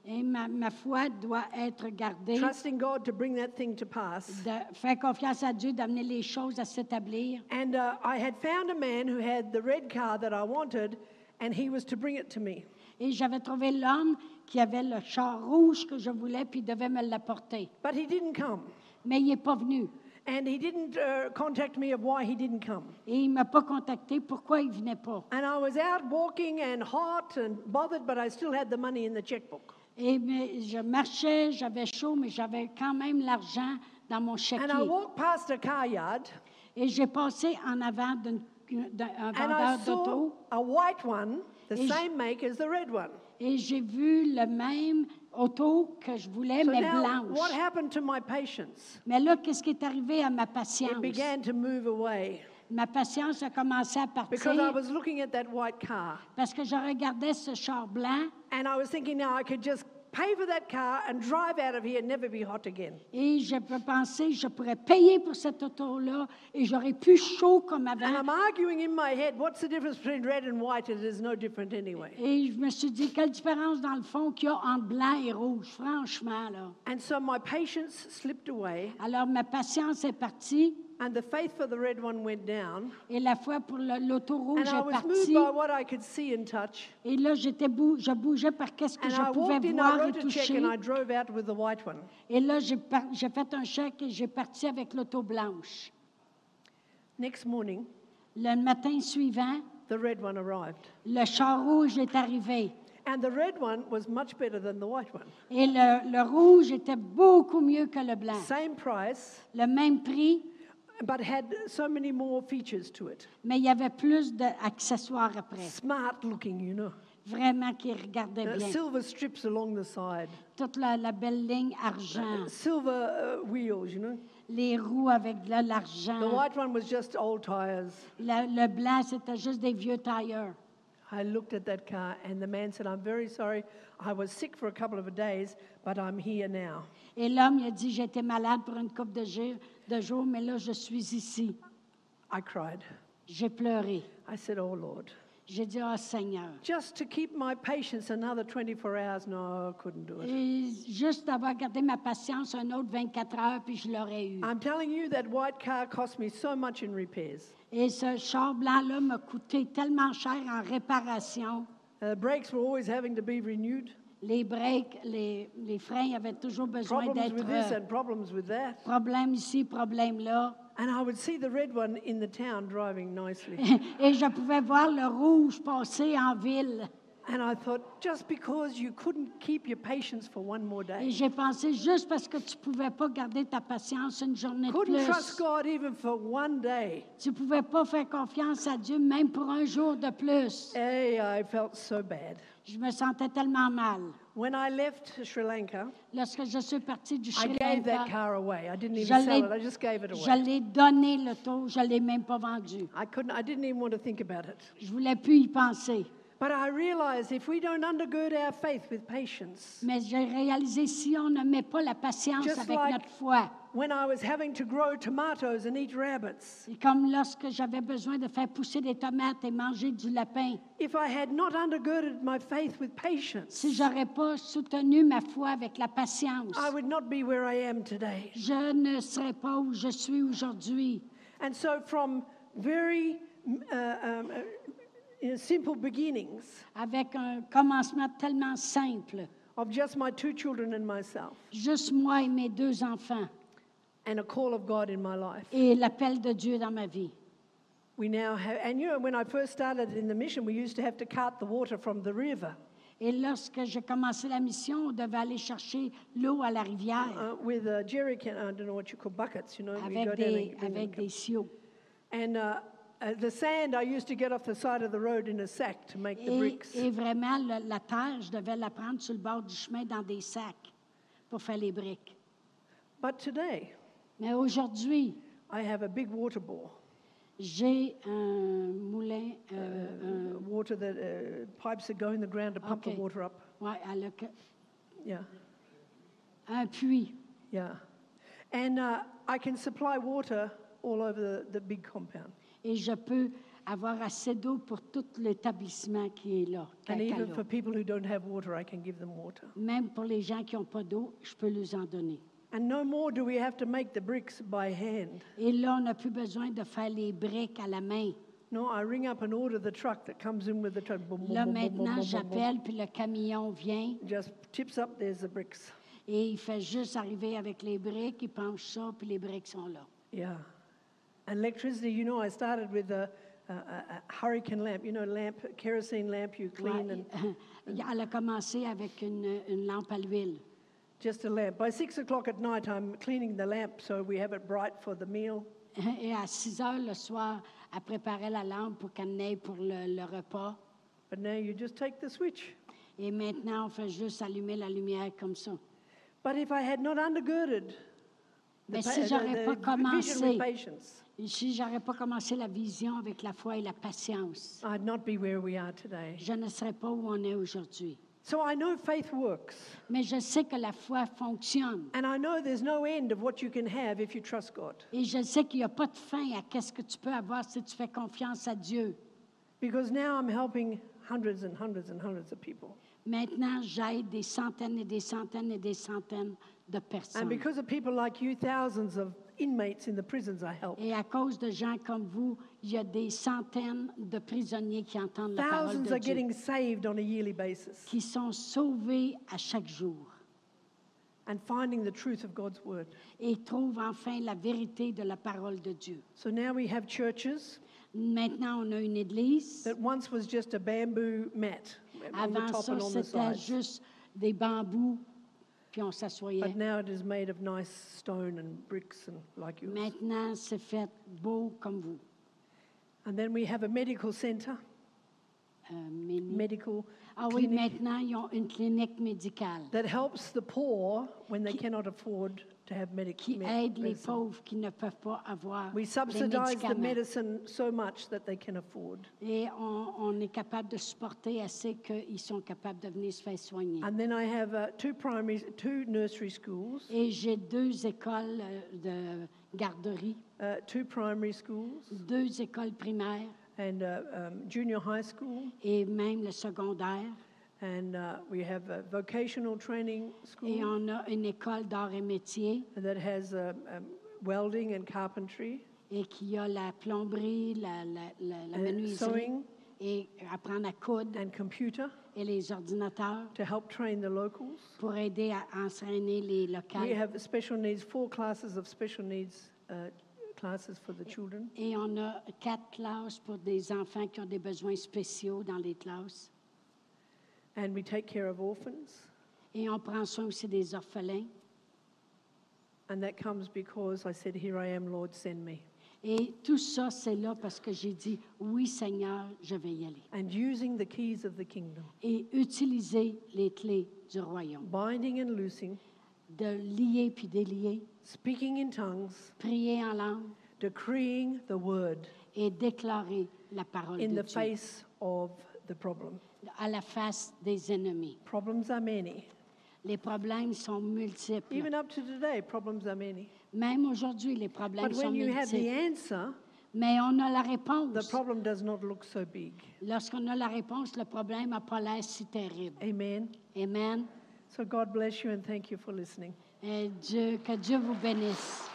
Speaker 1: Et ma, ma foi doit être gardée,
Speaker 2: trusting God to bring that thing to pass.
Speaker 1: de faire confiance à Dieu, d'amener les choses à s'établir.
Speaker 2: And uh, I had found a man who had the red car that I wanted, and he was to bring it to me.
Speaker 1: Et j'avais trouvé l'homme qui avait le char rouge que je voulais, puis il devait me l'apporter.
Speaker 2: But he didn't come.
Speaker 1: Mais il n'est pas venu.
Speaker 2: And he didn't uh, contact me of why he didn't come.
Speaker 1: Et il ne m'a pas contacté. Pourquoi il ne venait pas?
Speaker 2: And I was out walking and hot and bothered, but I still had the money in the checkbook.
Speaker 1: Et mais je marchais, j'avais chaud, mais j'avais quand même l'argent dans mon
Speaker 2: And I
Speaker 1: chéquier.
Speaker 2: walked past a car yard,
Speaker 1: Et j'ai passé en avant d'une- d'un
Speaker 2: and I
Speaker 1: vendeur
Speaker 2: saw
Speaker 1: d'auto
Speaker 2: a white one, the
Speaker 1: Et je-
Speaker 2: same make as the red one.
Speaker 1: et j'ai vu le même auto que je voulais,
Speaker 2: So
Speaker 1: mais
Speaker 2: now,
Speaker 1: blanche.
Speaker 2: what happened to my patience?
Speaker 1: Mais là, qu'est-ce qui est arrivé à ma patience?
Speaker 2: It began to move away
Speaker 1: Ma patience a commencé à
Speaker 2: because I
Speaker 1: partir
Speaker 2: was looking at that white car,
Speaker 1: parce que je regardais ce char blanc
Speaker 2: and I was thinking, now I could just pay for that car and drive out of here and never be hot again.
Speaker 1: et je peux penser, je pourrais payer pour cet auto-là et j'aurais pu chaud comme
Speaker 2: And
Speaker 1: avant.
Speaker 2: I'm arguing in my head, what's the difference between red and white? It is no different anyway.
Speaker 1: Et je me suis dit, quelle différence dans le fond qu'il y a entre blanc et rouge, franchement, là.
Speaker 2: And so my patience slipped away,
Speaker 1: Alors, ma patience est partie
Speaker 2: and the faith for the red one went down.
Speaker 1: et la foi pour le- l'auto rouge
Speaker 2: And I
Speaker 1: est
Speaker 2: was moved
Speaker 1: partie.
Speaker 2: by what I could see and touch.
Speaker 1: Et là, j'étais bou- je bougeais par qu'est-ce que
Speaker 2: And
Speaker 1: je
Speaker 2: I
Speaker 1: pouvais
Speaker 2: walked in, I
Speaker 1: voir et
Speaker 2: wrote a check,
Speaker 1: toucher.
Speaker 2: and I drove out with the white one.
Speaker 1: Et là, j'ai par- j'ai fait un chèque et j'ai parti avec l'auto blanche.
Speaker 2: Next morning,
Speaker 1: Le matin suivant,
Speaker 2: the red one arrived.
Speaker 1: le char rouge est arrivé.
Speaker 2: And the red one was much better than the white one.
Speaker 1: Et le, le rouge était beaucoup mieux que le blanc.
Speaker 2: Same price,
Speaker 1: Le même prix,
Speaker 2: but had so many more features to it.
Speaker 1: mais il y avait plus d'accessoires après.
Speaker 2: Smart looking, you know.
Speaker 1: Vraiment qui regardait
Speaker 2: Uh,
Speaker 1: bien.
Speaker 2: silver strips along the side,
Speaker 1: Toute la, la belle ligne
Speaker 2: Ben,
Speaker 1: argent.
Speaker 2: silver uh, wheels, you know.
Speaker 1: Les roues avec de
Speaker 2: The
Speaker 1: l'argent.
Speaker 2: white one was just old tires.
Speaker 1: Le, le blanc, c'était juste des vieux tailleurs.
Speaker 2: I looked at that car, and the man said, I'm very sorry. I was sick for a couple of days, but I'm here now.
Speaker 1: Et l'homme, il a dit, j'étais malade pour une coupe de, gir- de jours, mais là, je suis ici.
Speaker 2: I cried.
Speaker 1: J'ai pleuré.
Speaker 2: I said, Oh Lord,
Speaker 1: J'ai dit, oh Seigneur.
Speaker 2: just to keep my patience another 24 hours. No, I couldn't do it.
Speaker 1: Et juste d'avoir gardé ma patience un autre 24 heures, puis je l'aurais eu.
Speaker 2: I'm telling you, that white car cost me so much in repairs.
Speaker 1: Et ce char blanc-là m'a coûté tellement cher en réparation.
Speaker 2: Uh, The brakes were always having to be renewed.
Speaker 1: Les breaks, les, les freins avaient toujours besoin
Speaker 2: Problems
Speaker 1: d'être...
Speaker 2: with this
Speaker 1: euh,
Speaker 2: and problems with that.
Speaker 1: Problème ici, problème là.
Speaker 2: And I would see the red one in the town driving nicely.
Speaker 1: Et je pouvais voir le rouge passer en ville.
Speaker 2: And I thought, just because you couldn't keep your patience for one more
Speaker 1: Et
Speaker 2: day,
Speaker 1: j'ai pensé juste parce que tu pouvais pas garder ta patience une journée de
Speaker 2: couldn't trust
Speaker 1: plus.
Speaker 2: God even for one day.
Speaker 1: Tu pouvais pas faire confiance à Dieu même pour un jour de plus.
Speaker 2: Hey, I felt so bad.
Speaker 1: Je me sentais tellement mal.
Speaker 2: When I left Sri Lanka,
Speaker 1: Lorsque je suis partie du
Speaker 2: I
Speaker 1: Sri
Speaker 2: gave
Speaker 1: Lanka,
Speaker 2: that car away. I didn't
Speaker 1: je
Speaker 2: even sell it. I
Speaker 1: l'ai-
Speaker 2: just gave it
Speaker 1: je
Speaker 2: away.
Speaker 1: l'ai donné le taux, je l'ai même pas vendu.
Speaker 2: I couldn't. I didn't even want to think about it.
Speaker 1: Je voulais plus y penser.
Speaker 2: But I realized if we don't undergird our faith with patience,
Speaker 1: Mais j'ai réalisé si on ne met pas la patience
Speaker 2: Just
Speaker 1: avec
Speaker 2: like-
Speaker 1: notre foi,
Speaker 2: when I was having to grow tomatoes and eat rabbits,
Speaker 1: c'est comme lorsque j'avais besoin de faire pousser des tomates et manger du lapin.
Speaker 2: if I had not undergirded my faith with patience,
Speaker 1: Si j'aurais pas soutenu ma foi avec la patience,
Speaker 2: I would not be where I am today.
Speaker 1: je ne serais pas où je suis aujourd'hui.
Speaker 2: And so, from very uh, um, uh, you know, simple beginnings
Speaker 1: Avec un commencement tellement simple,
Speaker 2: of just my two children and myself,
Speaker 1: juste moi et mes deux enfants
Speaker 2: and a call of God in my life,
Speaker 1: et l'appel de Dieu dans ma vie.
Speaker 2: we now have. And you know, when I first started in the mission, we used to have to cart the water from the river
Speaker 1: Et lorsque j'ai commencé la mission, on devait aller chercher l'eau à la rivière
Speaker 2: uh, with a jerry can. I don't know what you call buckets. You know, ah, we go
Speaker 1: avec
Speaker 2: down and
Speaker 1: des,
Speaker 2: bring them
Speaker 1: avec
Speaker 2: up.
Speaker 1: des sioux.
Speaker 2: And uh, uh, the sand I used to get off the side of the road in a sack to make the
Speaker 1: Et,
Speaker 2: bricks.
Speaker 1: et vraiment, le- la terre, je devais la prendre sur le bord du chemin dans des sacs pour faire les briques.
Speaker 2: But today,
Speaker 1: Mais aujourd'hui,
Speaker 2: I have a big water bore,
Speaker 1: j'ai un moulin, euh,
Speaker 2: uh, water that uh, pipes that go in the ground to pump
Speaker 1: Okay.
Speaker 2: the water up.
Speaker 1: un- ouais, à le-
Speaker 2: Yeah,
Speaker 1: un puits.
Speaker 2: yeah. And uh, I can supply water all over the, the big compound
Speaker 1: Et je peux avoir assez d'eau pour tout l'établissement qui est là.
Speaker 2: and even
Speaker 1: Cacalo.
Speaker 2: for people who don't have water, I can give them water.
Speaker 1: Même pour les gens qui n'ont pas d'eau, je peux leur en donner.
Speaker 2: And no more do we have to make the bricks by hand.
Speaker 1: Et là, on n'a plus besoin de faire les briques à la main.
Speaker 2: No, I ring up and order the truck that comes in with the truck. Boom, boom,
Speaker 1: Là,
Speaker 2: boom, boom, boom,
Speaker 1: maintenant,
Speaker 2: boom, boom, boom.
Speaker 1: j'appelle, puis le camion vient
Speaker 2: Just tips up, there's the bricks.
Speaker 1: et il fait juste arriver avec les briques, il penche ça, puis les briques sont là.
Speaker 2: Yeah. And electricity, you know, I started with a, a, a a hurricane lamp, you know, lamp, kerosene lamp you
Speaker 1: Ouais,
Speaker 2: clean and
Speaker 1: elle a commencé avec une, une lampe à l'huile.
Speaker 2: just a lamp. By six o'clock at night, I'm cleaning the lamp so we have it bright for the meal.
Speaker 1: Hein, Et à 6 heures le soir, elle préparait la lampe pour qu'elle n'aille pour le, le repas.
Speaker 2: But now you just take the switch.
Speaker 1: Et maintenant, on fait juste allumer la lumière comme ça.
Speaker 2: But if I had not undergirded the,
Speaker 1: Mais
Speaker 2: pa-
Speaker 1: si
Speaker 2: the-
Speaker 1: j'aurais
Speaker 2: the
Speaker 1: pas
Speaker 2: vision with
Speaker 1: commencé,
Speaker 2: patience,
Speaker 1: et si j'aurais pas commencé la vision avec la foi et la patience,
Speaker 2: I'd not be where we are today.
Speaker 1: je ne serais pas où on est aujourd'hui.
Speaker 2: So I know faith works,
Speaker 1: Mais je sais que la foi fonctionne.
Speaker 2: and I know there's no end of what you can have if you trust God.
Speaker 1: Et je sais qu'il n'y a pas de fin à qu'est-ce que tu peux avoir si tu fais confiance à Dieu.
Speaker 2: Because now I'm helping hundreds and hundreds and hundreds of people.
Speaker 1: Maintenant, j'aide des centaines et des centaines et des centaines de personnes.
Speaker 2: And because of people like you, thousands of inmates in the prisons are helped.
Speaker 1: Et à cause de gens comme vous, il y a des centaines de prisonniers qui entendent la parole
Speaker 2: Thousands
Speaker 1: de
Speaker 2: are
Speaker 1: Dieu,
Speaker 2: getting saved on a yearly basis
Speaker 1: qui sont sauvés à chaque jour
Speaker 2: and finding the truth of God's word.
Speaker 1: et trouvent enfin la vérité de la parole de Dieu.
Speaker 2: So now we have churches
Speaker 1: Maintenant, on a une église.
Speaker 2: that once was just a bamboo mat on the
Speaker 1: Avant
Speaker 2: top
Speaker 1: ça,
Speaker 2: and on the
Speaker 1: c'était
Speaker 2: sides.
Speaker 1: juste des bambous, puis on s'assoyait.
Speaker 2: But now it is made of nice stone and bricks and like yours.
Speaker 1: Maintenant, c'est fait beau comme vous.
Speaker 2: And then we have a medical center,
Speaker 1: Euh, Mélie.
Speaker 2: medical
Speaker 1: ah oui,
Speaker 2: clinic
Speaker 1: maintenant, ils ont une clinique médicale
Speaker 2: that helps the poor when they cannot afford to have medical
Speaker 1: qui aide les pauvres qui ne peuvent pas avoir
Speaker 2: We
Speaker 1: les
Speaker 2: subsidize the
Speaker 1: médicaments.
Speaker 2: medicine so much that they can afford.
Speaker 1: Et on, on est capable de supporter assez qu'ils sont capables de venir se faire soigner.
Speaker 2: And then I have uh, two primary, two nursery schools,
Speaker 1: Et j'ai deux écoles euh, de garderie,
Speaker 2: uh, two primary schools,
Speaker 1: deux écoles primaires
Speaker 2: and uh, um, junior high school,
Speaker 1: et même le secondaire.
Speaker 2: and uh, we have a vocational training
Speaker 1: Et
Speaker 2: school
Speaker 1: on a une école d'art et métier
Speaker 2: that has um, um, welding and carpentry,
Speaker 1: et qui a la plomberie, la, la, la, la
Speaker 2: and
Speaker 1: menuiserie
Speaker 2: Euh, sewing
Speaker 1: et apprendre à coudre
Speaker 2: and computer
Speaker 1: et les ordinateurs
Speaker 2: to help train the locals.
Speaker 1: pour aider à entraîner les
Speaker 2: We
Speaker 1: locales.
Speaker 2: have special needs, four classes of special needs uh, classes for the children,
Speaker 1: Et on a quatre classes pour des enfants qui ont des besoins spéciaux dans les classes.
Speaker 2: and we take care of orphans.
Speaker 1: Et on prend soin aussi des orphelins.
Speaker 2: And that comes because I said, Here I am, Lord, send me.
Speaker 1: Et tout ça, c'est là parce que j'ai dit, oui Seigneur, je vais y aller.
Speaker 2: And using the keys of the kingdom,
Speaker 1: Et utiliser les clés du royaume,
Speaker 2: binding and loosing,
Speaker 1: de lier puis délier,
Speaker 2: speaking in tongues,
Speaker 1: prier en langue
Speaker 2: decreeing the word
Speaker 1: et déclarer la parole
Speaker 2: in
Speaker 1: de
Speaker 2: the
Speaker 1: Dieu
Speaker 2: face of the problem.
Speaker 1: à la face des ennemis.
Speaker 2: Problems are many.
Speaker 1: Les problèmes sont multiples.
Speaker 2: Even up to today, problems are many.
Speaker 1: Même aujourd'hui, les
Speaker 2: But
Speaker 1: problèmes sont
Speaker 2: when you have the
Speaker 1: multiples.
Speaker 2: answer,
Speaker 1: Mais on a la
Speaker 2: the
Speaker 1: réponse.
Speaker 2: problem does not look so big.
Speaker 1: Lorsqu'on a la réponse, le problème n'a pas l'air si terrible.
Speaker 2: Amen.
Speaker 1: Amen.
Speaker 2: So God bless you and thank you for listening.
Speaker 1: Et Dieu, que Dieu vous bénisse.